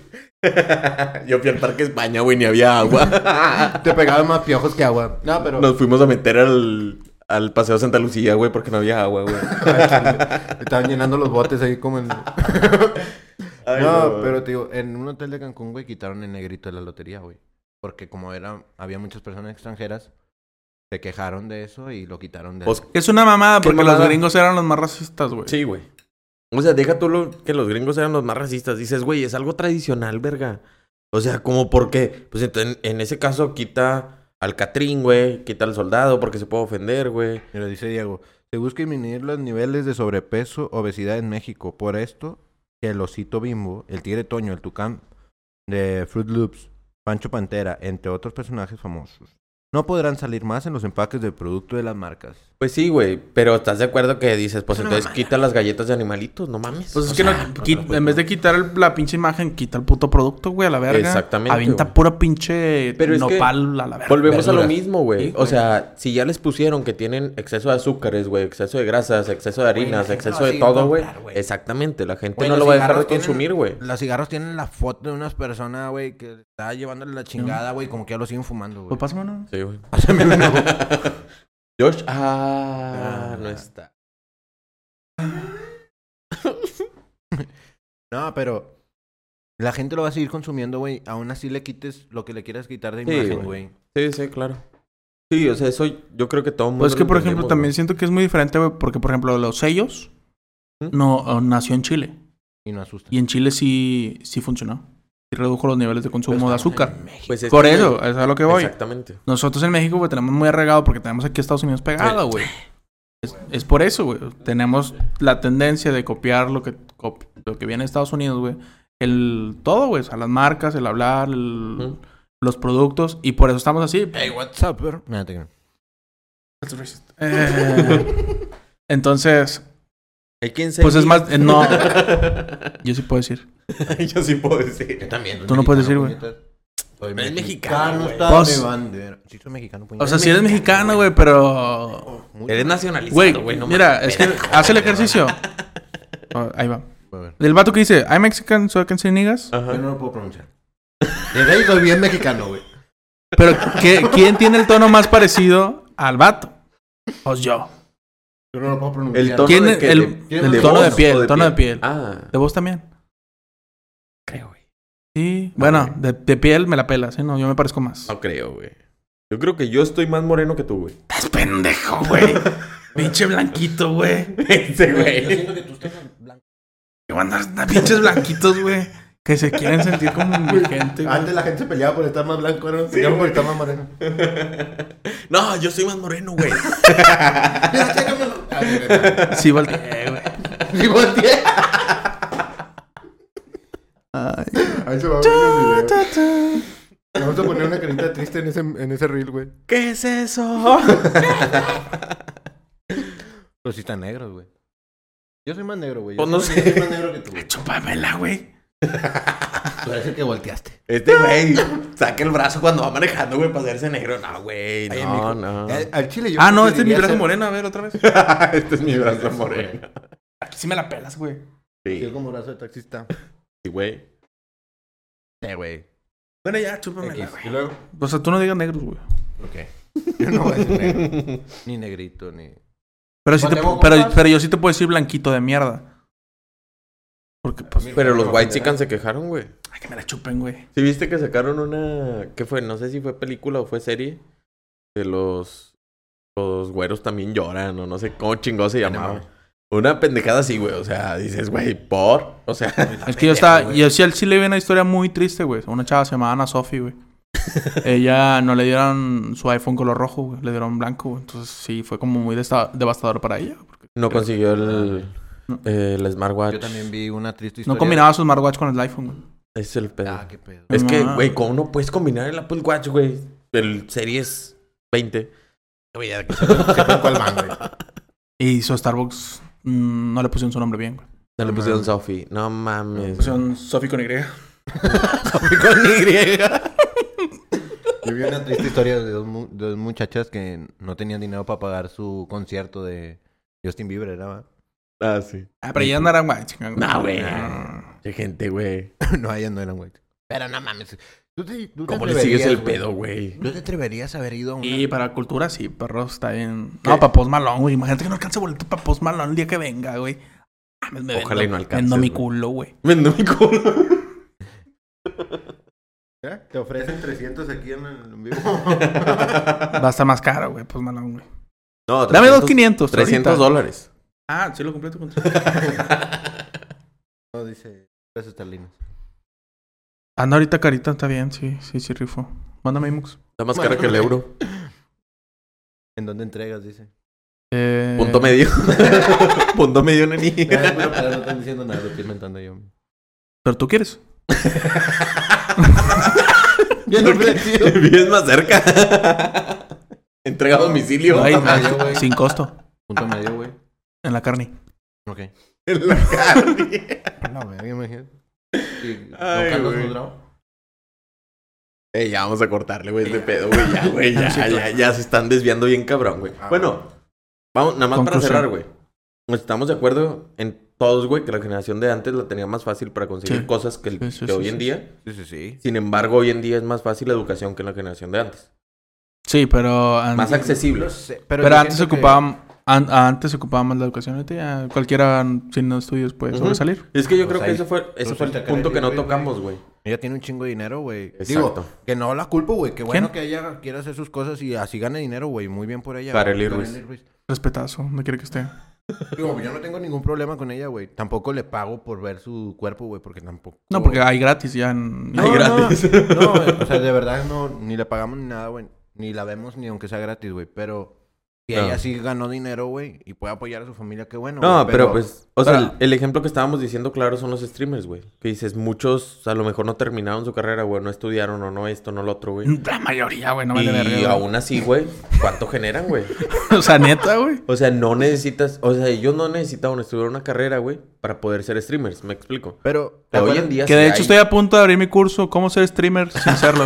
[SPEAKER 1] Yo fui al Parque España, güey, ni había agua.
[SPEAKER 3] Te pegaban más piojos que agua. No, pero.
[SPEAKER 1] Nos fuimos a meter al, al Paseo Santa Lucía, güey, porque no había agua, güey.
[SPEAKER 3] Estaban llenando los botes ahí como en.
[SPEAKER 1] Ay,
[SPEAKER 3] no,
[SPEAKER 1] güey.
[SPEAKER 3] pero te digo, en un hotel de Cancún, güey, quitaron el negrito de la lotería, güey. Porque como era, había muchas personas extranjeras, se quejaron de eso y lo quitaron de.
[SPEAKER 1] Pues,
[SPEAKER 2] Es una mamada
[SPEAKER 1] Qué
[SPEAKER 2] porque
[SPEAKER 1] mamada.
[SPEAKER 2] los gringos eran los más racistas, güey.
[SPEAKER 1] Sí, güey. O sea, deja tú lo, que los gringos eran los más racistas. Dices, güey, es algo tradicional, verga. O sea, como porque, pues entonces, en ese caso quita al Catrín, güey, quita al soldado porque se puede ofender, güey.
[SPEAKER 3] Mira, dice Diego, se busca disminuir los niveles de sobrepeso, obesidad en México. Por esto, que el osito bimbo, el tigre toño, el tucán de Fruit Loops, Pancho Pantera, entre otros personajes famosos, No podrán salir más en los empaques del producto de las marcas.
[SPEAKER 1] Pues sí, güey. Pero estás de acuerdo que dices, pues
[SPEAKER 3] No
[SPEAKER 1] entonces
[SPEAKER 3] mames.
[SPEAKER 1] quita las galletas de animalitos, no mames.
[SPEAKER 2] Pues
[SPEAKER 1] O
[SPEAKER 2] es que
[SPEAKER 1] sea,
[SPEAKER 2] no, qui- en vez de quitar el- la pinche imagen, quita el puto producto, güey, a la verga.
[SPEAKER 1] Exactamente,
[SPEAKER 2] Avienta
[SPEAKER 1] güey.
[SPEAKER 2] pura pinche
[SPEAKER 1] Pero es que
[SPEAKER 2] nopal a la verga.
[SPEAKER 1] Volvemos a lo
[SPEAKER 3] verduras.
[SPEAKER 1] mismo, güey.
[SPEAKER 2] Sí,
[SPEAKER 1] o
[SPEAKER 2] güey.
[SPEAKER 1] sea, si ya les pusieron que tienen exceso de azúcares, güey, exceso de grasas, exceso de
[SPEAKER 3] Güey, la
[SPEAKER 1] harinas,
[SPEAKER 3] gente
[SPEAKER 1] exceso
[SPEAKER 3] lo va a
[SPEAKER 1] de
[SPEAKER 3] seguir
[SPEAKER 1] todo, güey.
[SPEAKER 3] comprar, güey.
[SPEAKER 1] Exactamente, la gente
[SPEAKER 3] Güey,
[SPEAKER 1] no
[SPEAKER 3] los
[SPEAKER 1] lo va a dejar de
[SPEAKER 3] cigarros tienen-
[SPEAKER 1] consumir, güey.
[SPEAKER 3] Los cigarros tienen la foto de unas personas, güey, que está llevándole la chingada, güey, como que ya lo siguen fumando, güey.
[SPEAKER 2] Pues pásame uno.
[SPEAKER 1] Sí, güey.
[SPEAKER 3] Pásame uno.
[SPEAKER 1] Josh, ah,
[SPEAKER 3] Ah.
[SPEAKER 1] no está.
[SPEAKER 3] No, pero la gente lo va a seguir consumiendo, güey. Aún así le quites lo que le quieras quitar de
[SPEAKER 1] Sí,
[SPEAKER 3] imagen,
[SPEAKER 1] güey. Sí,
[SPEAKER 3] güey.
[SPEAKER 1] sí, claro. Sí, o sea, eso yo creo que todo mundo.
[SPEAKER 2] Pues es que,
[SPEAKER 1] lo
[SPEAKER 2] por ejemplo,
[SPEAKER 1] entendemos,
[SPEAKER 2] también
[SPEAKER 1] güey.
[SPEAKER 2] siento que es muy diferente, güey, porque, por ejemplo, los sellos
[SPEAKER 1] ¿Mm?
[SPEAKER 2] no eh, nació en Chile.
[SPEAKER 3] Y no asusta.
[SPEAKER 2] Y en Chile sí, sí funcionó. Y redujo los niveles de
[SPEAKER 3] Pero
[SPEAKER 2] consumo de
[SPEAKER 3] estamos en
[SPEAKER 2] azúcar.
[SPEAKER 3] México.
[SPEAKER 1] Pues es
[SPEAKER 2] Por
[SPEAKER 1] que,
[SPEAKER 2] eso,
[SPEAKER 1] güey,
[SPEAKER 2] eso es a lo que voy.
[SPEAKER 1] Exactamente.
[SPEAKER 2] Nosotros en México, güey, tenemos muy arregado porque tenemos aquí a Estados Unidos pegado, güey. Es, es por eso, güey. Tenemos la tendencia de copiar lo que, cop- lo que viene de Estados Unidos, güey. El todo, güey. O sea, las marcas, el hablar, el-
[SPEAKER 1] Ujú.
[SPEAKER 2] los productos. Y por eso estamos así.
[SPEAKER 3] Hey, what's up, bro? Nada, te-
[SPEAKER 2] Eh, entonces,
[SPEAKER 1] Hay quien se.
[SPEAKER 2] pues es más... eh, no, yo sí puedo decir.
[SPEAKER 1] yo sí puedo decir.
[SPEAKER 3] Yo también.
[SPEAKER 2] Tú no puedes decir, güey.
[SPEAKER 3] Soy
[SPEAKER 1] Eres mexicano,
[SPEAKER 3] mexicano,
[SPEAKER 1] güey.
[SPEAKER 3] está
[SPEAKER 2] Pues-
[SPEAKER 3] mi bandera. Sí, soy mexicano,
[SPEAKER 2] O sea, sí eres mexicano, güey, pero...
[SPEAKER 1] Eres nacionalista,
[SPEAKER 2] Güey,
[SPEAKER 1] güey. no
[SPEAKER 2] mira,
[SPEAKER 1] mames,
[SPEAKER 2] es que
[SPEAKER 1] pendejo,
[SPEAKER 2] hace el
[SPEAKER 1] güey.
[SPEAKER 2] ejercicio. Oh, ahí va. Del vato que dice, I'm Mexican, so I can say niggas.
[SPEAKER 3] Yo
[SPEAKER 1] Ajá.
[SPEAKER 3] no lo puedo pronunciar. Desde ahí soy bien mexicano, güey.
[SPEAKER 2] Pero, ¿qué- ¿quién tiene el tono más parecido al vato? Pues yo.
[SPEAKER 3] Yo no lo puedo pronunciar.
[SPEAKER 1] El tono
[SPEAKER 2] ¿Quién
[SPEAKER 1] de
[SPEAKER 2] es
[SPEAKER 1] que-
[SPEAKER 2] el-
[SPEAKER 1] de-
[SPEAKER 2] el
[SPEAKER 1] de
[SPEAKER 2] tono
[SPEAKER 1] voz
[SPEAKER 2] de piel,
[SPEAKER 1] o
[SPEAKER 2] tono de piel?
[SPEAKER 1] Ah.
[SPEAKER 2] ¿De vos también?
[SPEAKER 1] Creo, güey.
[SPEAKER 2] Sí. Bueno, de, de piel me la pela, ¿sí? No, yo me parezco más.
[SPEAKER 1] No creo, güey. Yo creo que yo estoy más moreno que tú, güey.
[SPEAKER 2] Estás pendejo, güey. Pinche blanquito, güey.
[SPEAKER 1] Ese
[SPEAKER 3] que tú estás blanco.
[SPEAKER 2] Que van a andar pinches blanquitos, güey. Que se quieren sentir como gente, güey.
[SPEAKER 3] Antes la gente se peleaba por estar más blanco, ahora se
[SPEAKER 1] Sí,
[SPEAKER 3] peleaban por
[SPEAKER 1] güey.
[SPEAKER 3] estar más moreno.
[SPEAKER 1] No, yo soy más moreno, güey.
[SPEAKER 2] Sí, volteé, güey.
[SPEAKER 3] Y volteé.
[SPEAKER 2] Ay.
[SPEAKER 3] Ahí se va a ver el video. Le Vamos a poner una carita triste en ese, en ese reel, güey.
[SPEAKER 1] ¿Qué es eso?
[SPEAKER 3] Pero sí están negros, güey. Yo soy más negro, güey.
[SPEAKER 1] Pues no
[SPEAKER 3] Yo
[SPEAKER 1] sé.
[SPEAKER 3] soy más negro que tú, güey.
[SPEAKER 2] Chúpamela, güey.
[SPEAKER 3] Tú eres el que volteaste.
[SPEAKER 1] Este güey saca el brazo cuando va manejando, güey, para hacerse negro. No, güey.
[SPEAKER 3] Ay,
[SPEAKER 1] No,
[SPEAKER 3] mijo.
[SPEAKER 1] no.
[SPEAKER 3] Al, Eh, al chile yo
[SPEAKER 2] Ah,
[SPEAKER 3] creo
[SPEAKER 2] no,
[SPEAKER 3] que
[SPEAKER 2] este es mi
[SPEAKER 3] diría
[SPEAKER 2] brazo
[SPEAKER 3] ser-
[SPEAKER 2] moreno. A ver, otra vez.
[SPEAKER 1] este es mi brazo moreno.
[SPEAKER 2] Aquí sí me la pelas, güey.
[SPEAKER 3] Yo
[SPEAKER 1] Sí,
[SPEAKER 3] como brazo de taxista.
[SPEAKER 1] güey.
[SPEAKER 3] Sí, Eh, güey.
[SPEAKER 2] Bueno, ya,
[SPEAKER 3] X.
[SPEAKER 2] chúpamela, güey.
[SPEAKER 3] Y luego.
[SPEAKER 2] O sea, tú no digas negros, güey.
[SPEAKER 3] Ok. Yo no voy a decir negro. Ni negrito, ni.
[SPEAKER 2] Pero, sí te-
[SPEAKER 3] Cuando hago
[SPEAKER 2] pero,
[SPEAKER 3] compas-
[SPEAKER 2] pero yo sí te puedo decir blanquito de mierda. Porque, pues,
[SPEAKER 1] Pero los white chicans se quejaron, güey.
[SPEAKER 2] ay, que me la chupen, güey.
[SPEAKER 1] ¿Sí viste que sacaron una... ¿Qué fue? No sé si fue película o fue serie. Que los... Los güeros también lloran o no sé cómo chingado se llamaba.
[SPEAKER 3] mames.
[SPEAKER 1] Una pendejada así, güey. O sea, dices, güey, ¿por? O sea...
[SPEAKER 2] Es que yo estaba. Yo sí, al sí le vi una historia muy triste, güey. Una chava se llamaba Ana Sofi, güey. Ella no le dieron su iPhone color rojo, güey. Le dieron blanco, güey. Entonces sí, fue como muy desta- devastador para ella. porque
[SPEAKER 1] No consiguió el... eh,
[SPEAKER 2] No.
[SPEAKER 1] El smartwatch.
[SPEAKER 3] Yo también vi una triste historia.
[SPEAKER 2] no combinaba su smartwatch con el iPhone, güey.
[SPEAKER 1] Es el pedo.
[SPEAKER 3] Ah, qué pedo.
[SPEAKER 1] Es que,
[SPEAKER 2] Ah.
[SPEAKER 1] güey, ¿cómo no puedes combinar el Apple Watch, güey? El Series 20.
[SPEAKER 3] Güey, ya que sepan- sepan cuál van, güey.
[SPEAKER 2] Y su Starbucks mm, no le pusieron su nombre bien, güey.
[SPEAKER 1] No le
[SPEAKER 3] No
[SPEAKER 1] pusieron
[SPEAKER 3] mames. pues,
[SPEAKER 1] Sophie. No
[SPEAKER 2] Le
[SPEAKER 1] mames.
[SPEAKER 2] pusieron Sofi con Y. Ah,
[SPEAKER 3] Yo vi una triste historia de dos, mu- dos muchachas que no tenían dinero para pagar su concierto de Justin Bieber, ¿era? va?
[SPEAKER 1] Ah, sí.
[SPEAKER 2] Ah, pero ella no era white, chica,
[SPEAKER 1] No, güey.
[SPEAKER 2] No.
[SPEAKER 1] Qué gente, güey.
[SPEAKER 3] no, ellas no eran white. Pero no mames. ¿Tú te, tú te
[SPEAKER 1] ¿Cómo le sigues el
[SPEAKER 3] atreverías,
[SPEAKER 1] pedo,
[SPEAKER 3] güey?
[SPEAKER 1] güey?
[SPEAKER 3] ¿Tú te atreverías a haber ido a una...
[SPEAKER 2] Y para cultura sí, perro, está bien.
[SPEAKER 1] ¿Qué?
[SPEAKER 2] No, para Post Malone, güey. Imagínate que no alcance boleto para Post Malone el día que venga, güey. Ah, me- me
[SPEAKER 1] Ojalá y no alcances,
[SPEAKER 2] Vendo mi
[SPEAKER 1] güey.
[SPEAKER 2] culo, güey.
[SPEAKER 1] Vendo mi culo.
[SPEAKER 3] ¿Eh? Te ofrecen 300 aquí en el en vivo.
[SPEAKER 2] Va a estar más caro, güey, Post Malone, güey.
[SPEAKER 1] No,
[SPEAKER 2] Dame dos 500.
[SPEAKER 1] 300
[SPEAKER 2] ahorita.
[SPEAKER 1] dólares.
[SPEAKER 2] Ah, sí, lo completo con
[SPEAKER 3] no, dice... Gracias, esterlinas.
[SPEAKER 2] Anda Ah, ahorita carita, está bien, sí, sí, sí, rifo. Mándame Imux.
[SPEAKER 1] Está más cara que el euro.
[SPEAKER 3] ¿En dónde entregas? Dice.
[SPEAKER 2] Eh,
[SPEAKER 1] Punto medio. Punto medio, neni.
[SPEAKER 3] pero, no están diciendo nada, lo estoy inventando yo.
[SPEAKER 2] Pero tú quieres.
[SPEAKER 3] Yo no
[SPEAKER 1] Vives más cerca. entrega a domicilio.
[SPEAKER 2] Ay,
[SPEAKER 3] punto medio, güey.
[SPEAKER 2] sin costo.
[SPEAKER 3] Punto medio, güey.
[SPEAKER 2] En la carne.
[SPEAKER 3] Ok.
[SPEAKER 1] En la carne.
[SPEAKER 3] No, verga, imagínate. Y- ¿no
[SPEAKER 1] Ay,
[SPEAKER 3] Carlos
[SPEAKER 1] güey.
[SPEAKER 3] Medrano?
[SPEAKER 1] Eh, ya vamos a cortarle, güey, este pedo, güey. Ya, güey, ya, ya, ya, se están desviando bien cabrón, güey.
[SPEAKER 3] Ah.
[SPEAKER 1] Bueno, vamos, nada más
[SPEAKER 2] Conclusión.
[SPEAKER 1] para cerrar, güey. Estamos de acuerdo en todos, güey, que la generación de antes la tenía más fácil para conseguir
[SPEAKER 2] Sí.
[SPEAKER 1] cosas que, el-
[SPEAKER 2] Sí, sí,
[SPEAKER 1] que
[SPEAKER 2] sí,
[SPEAKER 1] hoy en
[SPEAKER 2] sí,
[SPEAKER 1] día.
[SPEAKER 3] Sí, sí, sí.
[SPEAKER 1] Sin embargo, hoy en día es más fácil la educación que la generación de antes.
[SPEAKER 2] Sí, pero. eh, an-
[SPEAKER 1] Más accesible.
[SPEAKER 3] No sé,
[SPEAKER 2] pero
[SPEAKER 3] yo
[SPEAKER 2] antes
[SPEAKER 3] siento que-
[SPEAKER 2] ocupaban. an- antes ocupaban más la educación. ahorita ya cualquiera sin estudios puede
[SPEAKER 1] Ujú.
[SPEAKER 2] sobresalir.
[SPEAKER 1] Es que yo
[SPEAKER 3] Pues
[SPEAKER 1] creo que
[SPEAKER 3] ahí-
[SPEAKER 1] ese fue, ese
[SPEAKER 3] pues
[SPEAKER 1] fue
[SPEAKER 3] ahí
[SPEAKER 1] el
[SPEAKER 3] te
[SPEAKER 1] punto
[SPEAKER 3] cae
[SPEAKER 1] que no
[SPEAKER 3] bien, güey.
[SPEAKER 1] tocamos, güey.
[SPEAKER 3] Ella tiene un chingo de dinero, güey.
[SPEAKER 1] Exacto.
[SPEAKER 3] Digo, que no la culpo, güey. Qué bueno
[SPEAKER 2] ¿Quién?
[SPEAKER 3] que ella quiera hacer sus cosas y así gane dinero, güey. Muy bien por ella.
[SPEAKER 1] Kareli
[SPEAKER 3] güey.
[SPEAKER 1] Ruiz.
[SPEAKER 3] Kareli Ruiz.
[SPEAKER 2] Respetazo, donde quiera que esté.
[SPEAKER 3] Digo, yo no tengo ningún problema con ella, güey. Tampoco le pago por ver su cuerpo, güey, porque tampoco...
[SPEAKER 2] No, porque hay gratis ya. en-
[SPEAKER 3] No,
[SPEAKER 1] Ay,
[SPEAKER 3] no,
[SPEAKER 1] gratis.
[SPEAKER 3] No, güey, o sea, de verdad no, ni le pagamos ni nada, güey. Ni la vemos ni aunque sea gratis, güey. Pero si
[SPEAKER 1] No.
[SPEAKER 3] ella sí ganó dinero, güey, y puede apoyar a su familia, qué bueno.
[SPEAKER 1] No,
[SPEAKER 3] güey,
[SPEAKER 1] pero, pues, o sea,
[SPEAKER 3] pero-
[SPEAKER 1] el, el ejemplo que estábamos diciendo claro son los streamers, güey. Que dices, muchos a lo mejor no terminaron su carrera, güey, no estudiaron o no esto, no lo otro, güey.
[SPEAKER 2] La mayoría, güey, no vale verga.
[SPEAKER 1] Y
[SPEAKER 2] güey.
[SPEAKER 1] aún así, güey, ¿cuánto generan, güey?
[SPEAKER 2] O sea, neta, güey.
[SPEAKER 1] O sea, no necesitas, o sea, ellos no necesitaban estudiar una carrera, güey, para poder ser streamers, me explico.
[SPEAKER 3] Pero... ¿te
[SPEAKER 1] Que hoy
[SPEAKER 3] acuerdas?
[SPEAKER 1] en día
[SPEAKER 2] Que
[SPEAKER 1] sí
[SPEAKER 2] de hecho
[SPEAKER 1] hay-
[SPEAKER 2] estoy a punto de abrir mi curso, cómo ser streamer sin serlo.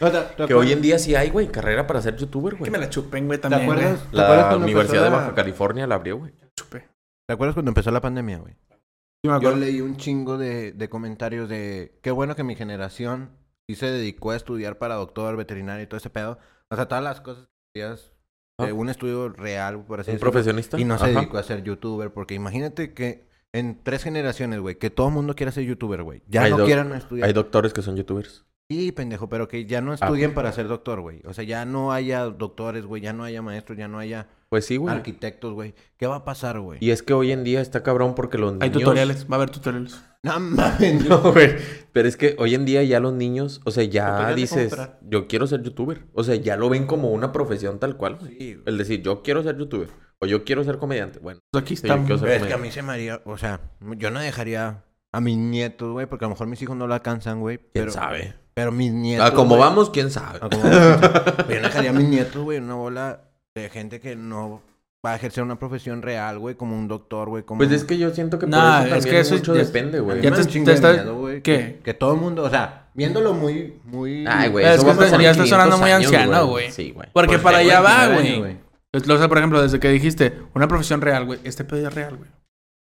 [SPEAKER 3] No, ¿te- te
[SPEAKER 1] que hoy
[SPEAKER 3] acuerdas?
[SPEAKER 1] en día sí hay, güey, carrera para ser youtuber, güey.
[SPEAKER 2] la chupen, güey,
[SPEAKER 3] ¿Te acuerdas? ¿Te acuerdas
[SPEAKER 1] La
[SPEAKER 3] cuando
[SPEAKER 1] Universidad de
[SPEAKER 3] empezó la-
[SPEAKER 1] Baja California la abrió, güey.
[SPEAKER 2] Chupé.
[SPEAKER 3] ¿Te acuerdas cuando empezó la pandemia, güey?
[SPEAKER 2] Sí, me
[SPEAKER 3] Yo
[SPEAKER 2] acuerdo.
[SPEAKER 3] leí un chingo de, de comentarios de qué bueno que mi generación sí se dedicó a estudiar para doctor, veterinario y todo ese pedo. O sea, todas las cosas que hacías de
[SPEAKER 1] Ah.
[SPEAKER 3] un estudio real, por así
[SPEAKER 1] Un
[SPEAKER 3] decirlo.
[SPEAKER 1] profesionista.
[SPEAKER 3] Y no se
[SPEAKER 1] Ajá.
[SPEAKER 3] dedicó a ser youtuber, porque imagínate que en tres generaciones, güey, que todo el mundo quiera ser youtuber, güey. Ya
[SPEAKER 1] Hay
[SPEAKER 3] no
[SPEAKER 1] doc-
[SPEAKER 3] quieran estudiar.
[SPEAKER 1] Hay Ah. doctores que son youtubers.
[SPEAKER 3] Sí, pendejo, pero que ya no estudien para ser doctor, güey. O sea, ya no haya doctores, güey, ya no haya maestros, ya no haya
[SPEAKER 1] Pues sí, güey.
[SPEAKER 3] arquitectos, güey. ¿Qué va a pasar, güey?
[SPEAKER 1] Y es que hoy en día está cabrón porque los niños...
[SPEAKER 2] Hay tutoriales, va a haber tutoriales.
[SPEAKER 3] No mames,
[SPEAKER 1] No, güey. Pero es que hoy en día ya los niños, o sea, ya
[SPEAKER 2] Tutorial de cómo
[SPEAKER 1] dices,
[SPEAKER 2] operar.
[SPEAKER 1] yo quiero ser youtuber. O sea, ya lo ven como una profesión tal cual. güey.
[SPEAKER 3] Sí, güey.
[SPEAKER 1] El decir, yo quiero ser youtuber. O yo quiero ser comediante. Bueno,
[SPEAKER 2] Pues aquí
[SPEAKER 1] Sí,
[SPEAKER 2] está.
[SPEAKER 1] ¿qué os-
[SPEAKER 3] Pero es
[SPEAKER 1] me-
[SPEAKER 3] que a mí se me haría, o sea, yo no dejaría a mis nietos, güey, porque a lo mejor mis hijos no lo alcanzan, güey.
[SPEAKER 1] quién
[SPEAKER 3] pero,
[SPEAKER 1] sabe.
[SPEAKER 3] Pero mis nietos.
[SPEAKER 1] A como
[SPEAKER 3] güey,
[SPEAKER 1] vamos, quién sabe.
[SPEAKER 3] a como vamos. Pero yo no dejaría a mis nietos, güey, en una bola de gente que no va a ejercer una profesión real, güey, como un doctor, güey. Como
[SPEAKER 1] Pues
[SPEAKER 3] un-
[SPEAKER 1] es que yo siento que por
[SPEAKER 2] Nah,
[SPEAKER 1] eso
[SPEAKER 2] es
[SPEAKER 1] también
[SPEAKER 2] que eso es-
[SPEAKER 1] mucho
[SPEAKER 2] es-
[SPEAKER 1] depende,
[SPEAKER 3] A mí
[SPEAKER 1] güey.
[SPEAKER 2] Ya te-
[SPEAKER 3] me da un
[SPEAKER 2] te
[SPEAKER 3] chingo de
[SPEAKER 2] está-
[SPEAKER 3] miedo, güey,
[SPEAKER 2] ¿Qué?
[SPEAKER 3] Que, que todo el mundo, o sea, viéndolo muy, muy.
[SPEAKER 1] Ay, güey.
[SPEAKER 2] Es
[SPEAKER 1] eso
[SPEAKER 2] que
[SPEAKER 1] va a
[SPEAKER 2] esto
[SPEAKER 1] pasar
[SPEAKER 2] ya
[SPEAKER 1] en
[SPEAKER 2] está
[SPEAKER 1] 500
[SPEAKER 2] sonando muy
[SPEAKER 1] años,
[SPEAKER 2] anciano, güey.
[SPEAKER 1] Sí, güey.
[SPEAKER 2] Porque
[SPEAKER 1] Pues,
[SPEAKER 2] para
[SPEAKER 1] güey,
[SPEAKER 2] allá va,
[SPEAKER 3] 19 años,
[SPEAKER 2] güey. Pues, O sea, por ejemplo, desde que dijiste una profesión real, güey, este pedo es real, güey.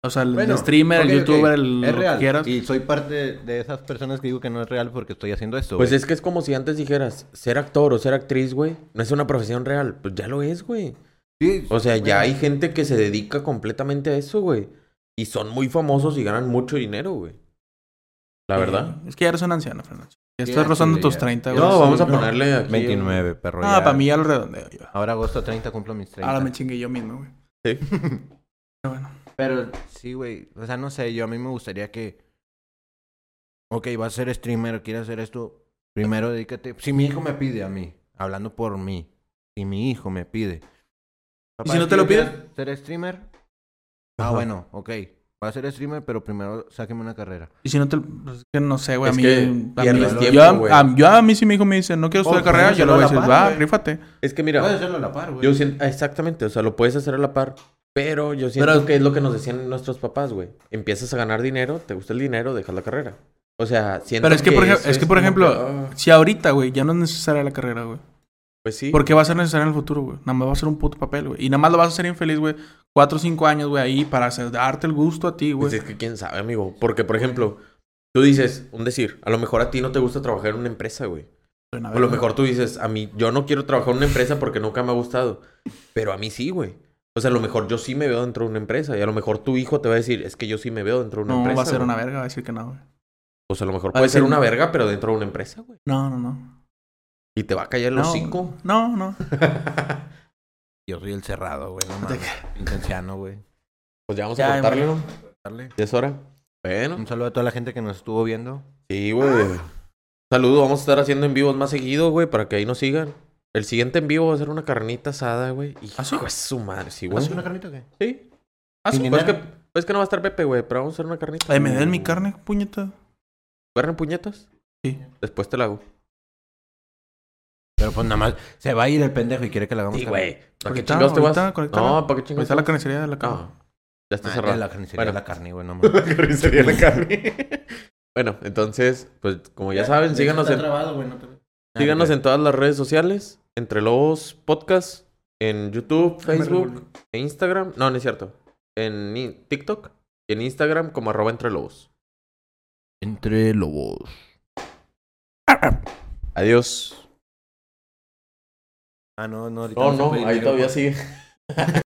[SPEAKER 2] O sea, el
[SPEAKER 3] Bueno,
[SPEAKER 2] streamer,
[SPEAKER 3] ok,
[SPEAKER 2] el
[SPEAKER 3] ok,
[SPEAKER 2] youtuber, el
[SPEAKER 3] es
[SPEAKER 2] lo
[SPEAKER 3] real.
[SPEAKER 2] que quieras.
[SPEAKER 3] Y soy parte de, de esas personas que digo que no es real porque estoy haciendo esto.
[SPEAKER 1] Pues
[SPEAKER 3] güey.
[SPEAKER 1] es que es como si antes dijeras, ser actor o ser actriz, güey, no es una profesión real. Pues ya lo es, güey.
[SPEAKER 3] Sí,
[SPEAKER 1] O sea, ya
[SPEAKER 3] güey.
[SPEAKER 1] hay gente que se dedica completamente a eso, güey. Y son muy famosos y ganan mucho dinero, güey. La verdad.
[SPEAKER 2] Es que ya eres un anciano, Fernando. Ya
[SPEAKER 3] Sí,
[SPEAKER 2] estás
[SPEAKER 3] sí,
[SPEAKER 2] rozando
[SPEAKER 3] ya.
[SPEAKER 2] tus 30, güey.
[SPEAKER 1] No, vamos a
[SPEAKER 3] no.
[SPEAKER 1] ponerle aquí.
[SPEAKER 3] 29, perro.
[SPEAKER 2] Ah,
[SPEAKER 3] ya.
[SPEAKER 2] para mí ya lo redondeo. yo.
[SPEAKER 3] Ahora agosto 30 cumplo mis 30.
[SPEAKER 2] Ahora me chingué yo mismo, güey.
[SPEAKER 1] Sí.
[SPEAKER 2] Pero bueno.
[SPEAKER 3] Pero sí, güey. O sea, no sé, yo a mí me gustaría que. Ok, vas a ser streamer, quieres hacer esto. Primero dedícate. Si mi hijo me pide a mí, hablando por mí. Si mi hijo me pide.
[SPEAKER 2] si no
[SPEAKER 3] es
[SPEAKER 2] te
[SPEAKER 3] que
[SPEAKER 2] lo
[SPEAKER 3] yo
[SPEAKER 2] pide?
[SPEAKER 3] quiero ¿Ser streamer?
[SPEAKER 1] Ajá.
[SPEAKER 3] Ah, bueno, ok. Va a ser streamer, pero primero sáqueme una carrera.
[SPEAKER 2] Y si no te. pues, es que no sé, güey. A
[SPEAKER 1] Es
[SPEAKER 2] mí.
[SPEAKER 1] que
[SPEAKER 2] a mí-
[SPEAKER 1] pierdes
[SPEAKER 2] yo-
[SPEAKER 1] tiempo,
[SPEAKER 2] a-
[SPEAKER 1] güey.
[SPEAKER 2] a- yo a mí, si mi hijo me dice, no quiero
[SPEAKER 3] Oh,
[SPEAKER 2] estudiar
[SPEAKER 3] pues,
[SPEAKER 2] carrera,
[SPEAKER 3] no,
[SPEAKER 2] yo
[SPEAKER 3] se
[SPEAKER 2] le
[SPEAKER 3] lo
[SPEAKER 2] voy a
[SPEAKER 3] da
[SPEAKER 2] decir,
[SPEAKER 3] la par,
[SPEAKER 2] va,
[SPEAKER 3] güey.
[SPEAKER 2] rífate.
[SPEAKER 1] Es que mira,
[SPEAKER 3] Puedes hacerlo a la par, güey.
[SPEAKER 1] yo siento, exactamente, o sea, lo puedes hacer a la par, pero yo siento que es lo que nos decían nuestros papás, güey. Empiezas a ganar dinero, te gusta el dinero, dejas la carrera. O sea, siento
[SPEAKER 2] Pero es que, por ejemplo,
[SPEAKER 1] eso
[SPEAKER 2] es que, por
[SPEAKER 1] como
[SPEAKER 2] ejemplo,
[SPEAKER 1] ah,
[SPEAKER 2] Si ahorita, güey, ya no es necesaria la carrera, güey.
[SPEAKER 1] pues sí.
[SPEAKER 2] Porque va a ser necesaria en el futuro, güey. Nada más va a ser un puto papel, güey. Y nada más lo vas a hacer infeliz, güey. Cuatro o cinco años, güey, ahí para hacer- darte el gusto a ti,
[SPEAKER 1] Pues
[SPEAKER 2] güey.
[SPEAKER 1] es que quién sabe, amigo. Porque, por ejemplo, tú dices, un decir, a lo mejor a ti no te gusta trabajar en una empresa, güey.
[SPEAKER 2] Pero,
[SPEAKER 1] O
[SPEAKER 2] a ver,
[SPEAKER 1] a "Pues lo
[SPEAKER 2] güey.
[SPEAKER 1] mejor tú dices, a mí, yo no quiero trabajar en una empresa porque nunca me ha gustado. Pero a mí sí, güey. O sea, a lo mejor yo sí me veo dentro de una empresa. Y a lo mejor tu hijo te va a decir, es que yo sí me veo dentro de una
[SPEAKER 2] No,
[SPEAKER 1] empresa.
[SPEAKER 2] va a ser
[SPEAKER 1] güey.
[SPEAKER 2] una verga, va a decir que no, güey.
[SPEAKER 1] O sea, a lo mejor
[SPEAKER 2] Va a
[SPEAKER 1] puede ser
[SPEAKER 2] decir-
[SPEAKER 1] una verga, pero dentro de una empresa, güey.
[SPEAKER 2] No, no, no.
[SPEAKER 1] Y te va a callar Pues los
[SPEAKER 2] no,
[SPEAKER 1] cinco.
[SPEAKER 2] No, no.
[SPEAKER 3] Yo soy el cerrado, güey. No mames. Pinche anciano, güey.
[SPEAKER 1] Pues ya vamos
[SPEAKER 2] Ya, Mm.
[SPEAKER 1] a cortarle, ¿no?
[SPEAKER 3] Dale.
[SPEAKER 1] Ya es hora. Bueno.
[SPEAKER 3] Un saludo a toda la gente que nos estuvo viendo.
[SPEAKER 1] Sí, güey. Saludos, vamos a estar haciendo en vivos más seguido, güey, para que ahí nos sigan. El siguiente en vivo va a ser una carnita asada, güey. Hijo
[SPEAKER 2] ¿Ah, sí?
[SPEAKER 1] de su madre, sí, güey.
[SPEAKER 3] ¿Haces una carnita o qué?
[SPEAKER 1] Sí. Ah,
[SPEAKER 3] Sin
[SPEAKER 1] sí, pues que,
[SPEAKER 3] dinero.
[SPEAKER 1] pues que no va a estar Pepe, güey, pero vamos a hacer una carnita.
[SPEAKER 2] Ay, eh, me
[SPEAKER 1] Mm.
[SPEAKER 2] den mi carne, puñeta.
[SPEAKER 1] ¿Carne en puñetas?
[SPEAKER 2] Sí.
[SPEAKER 1] Después te la hago.
[SPEAKER 3] Pero pues nada más se va a ir el pendejo y quiere que le hagamos
[SPEAKER 1] Sí,
[SPEAKER 3] cagar.
[SPEAKER 1] güey. ¿Para qué
[SPEAKER 2] Ahorita,
[SPEAKER 1] chingados te vas?
[SPEAKER 2] ahorita, conéctala.
[SPEAKER 1] No, ¿para qué
[SPEAKER 2] Ahí
[SPEAKER 1] chingados?
[SPEAKER 2] está la carnicería de la cama.
[SPEAKER 1] No, ya está
[SPEAKER 3] Ah,
[SPEAKER 1] cerrada.
[SPEAKER 3] La carnicería
[SPEAKER 1] Bueno.
[SPEAKER 3] la carne, güey, no mames.
[SPEAKER 1] carnicería la carne. bueno, entonces, pues como ya Ah, saben, síganos en, síganos
[SPEAKER 3] Ah,
[SPEAKER 1] en todas las redes sociales. Entre Lobos Podcast, en YouTube, Facebook e Instagram. No, no es cierto. En i- TikTok y en Instagram como arroba entre lobos.
[SPEAKER 3] Entre lobos.
[SPEAKER 1] Adiós.
[SPEAKER 3] Ah, no, no. ahorita
[SPEAKER 1] No,
[SPEAKER 3] se
[SPEAKER 1] no,
[SPEAKER 3] puede ir,
[SPEAKER 1] ahí
[SPEAKER 3] pero-
[SPEAKER 1] todavía sigue.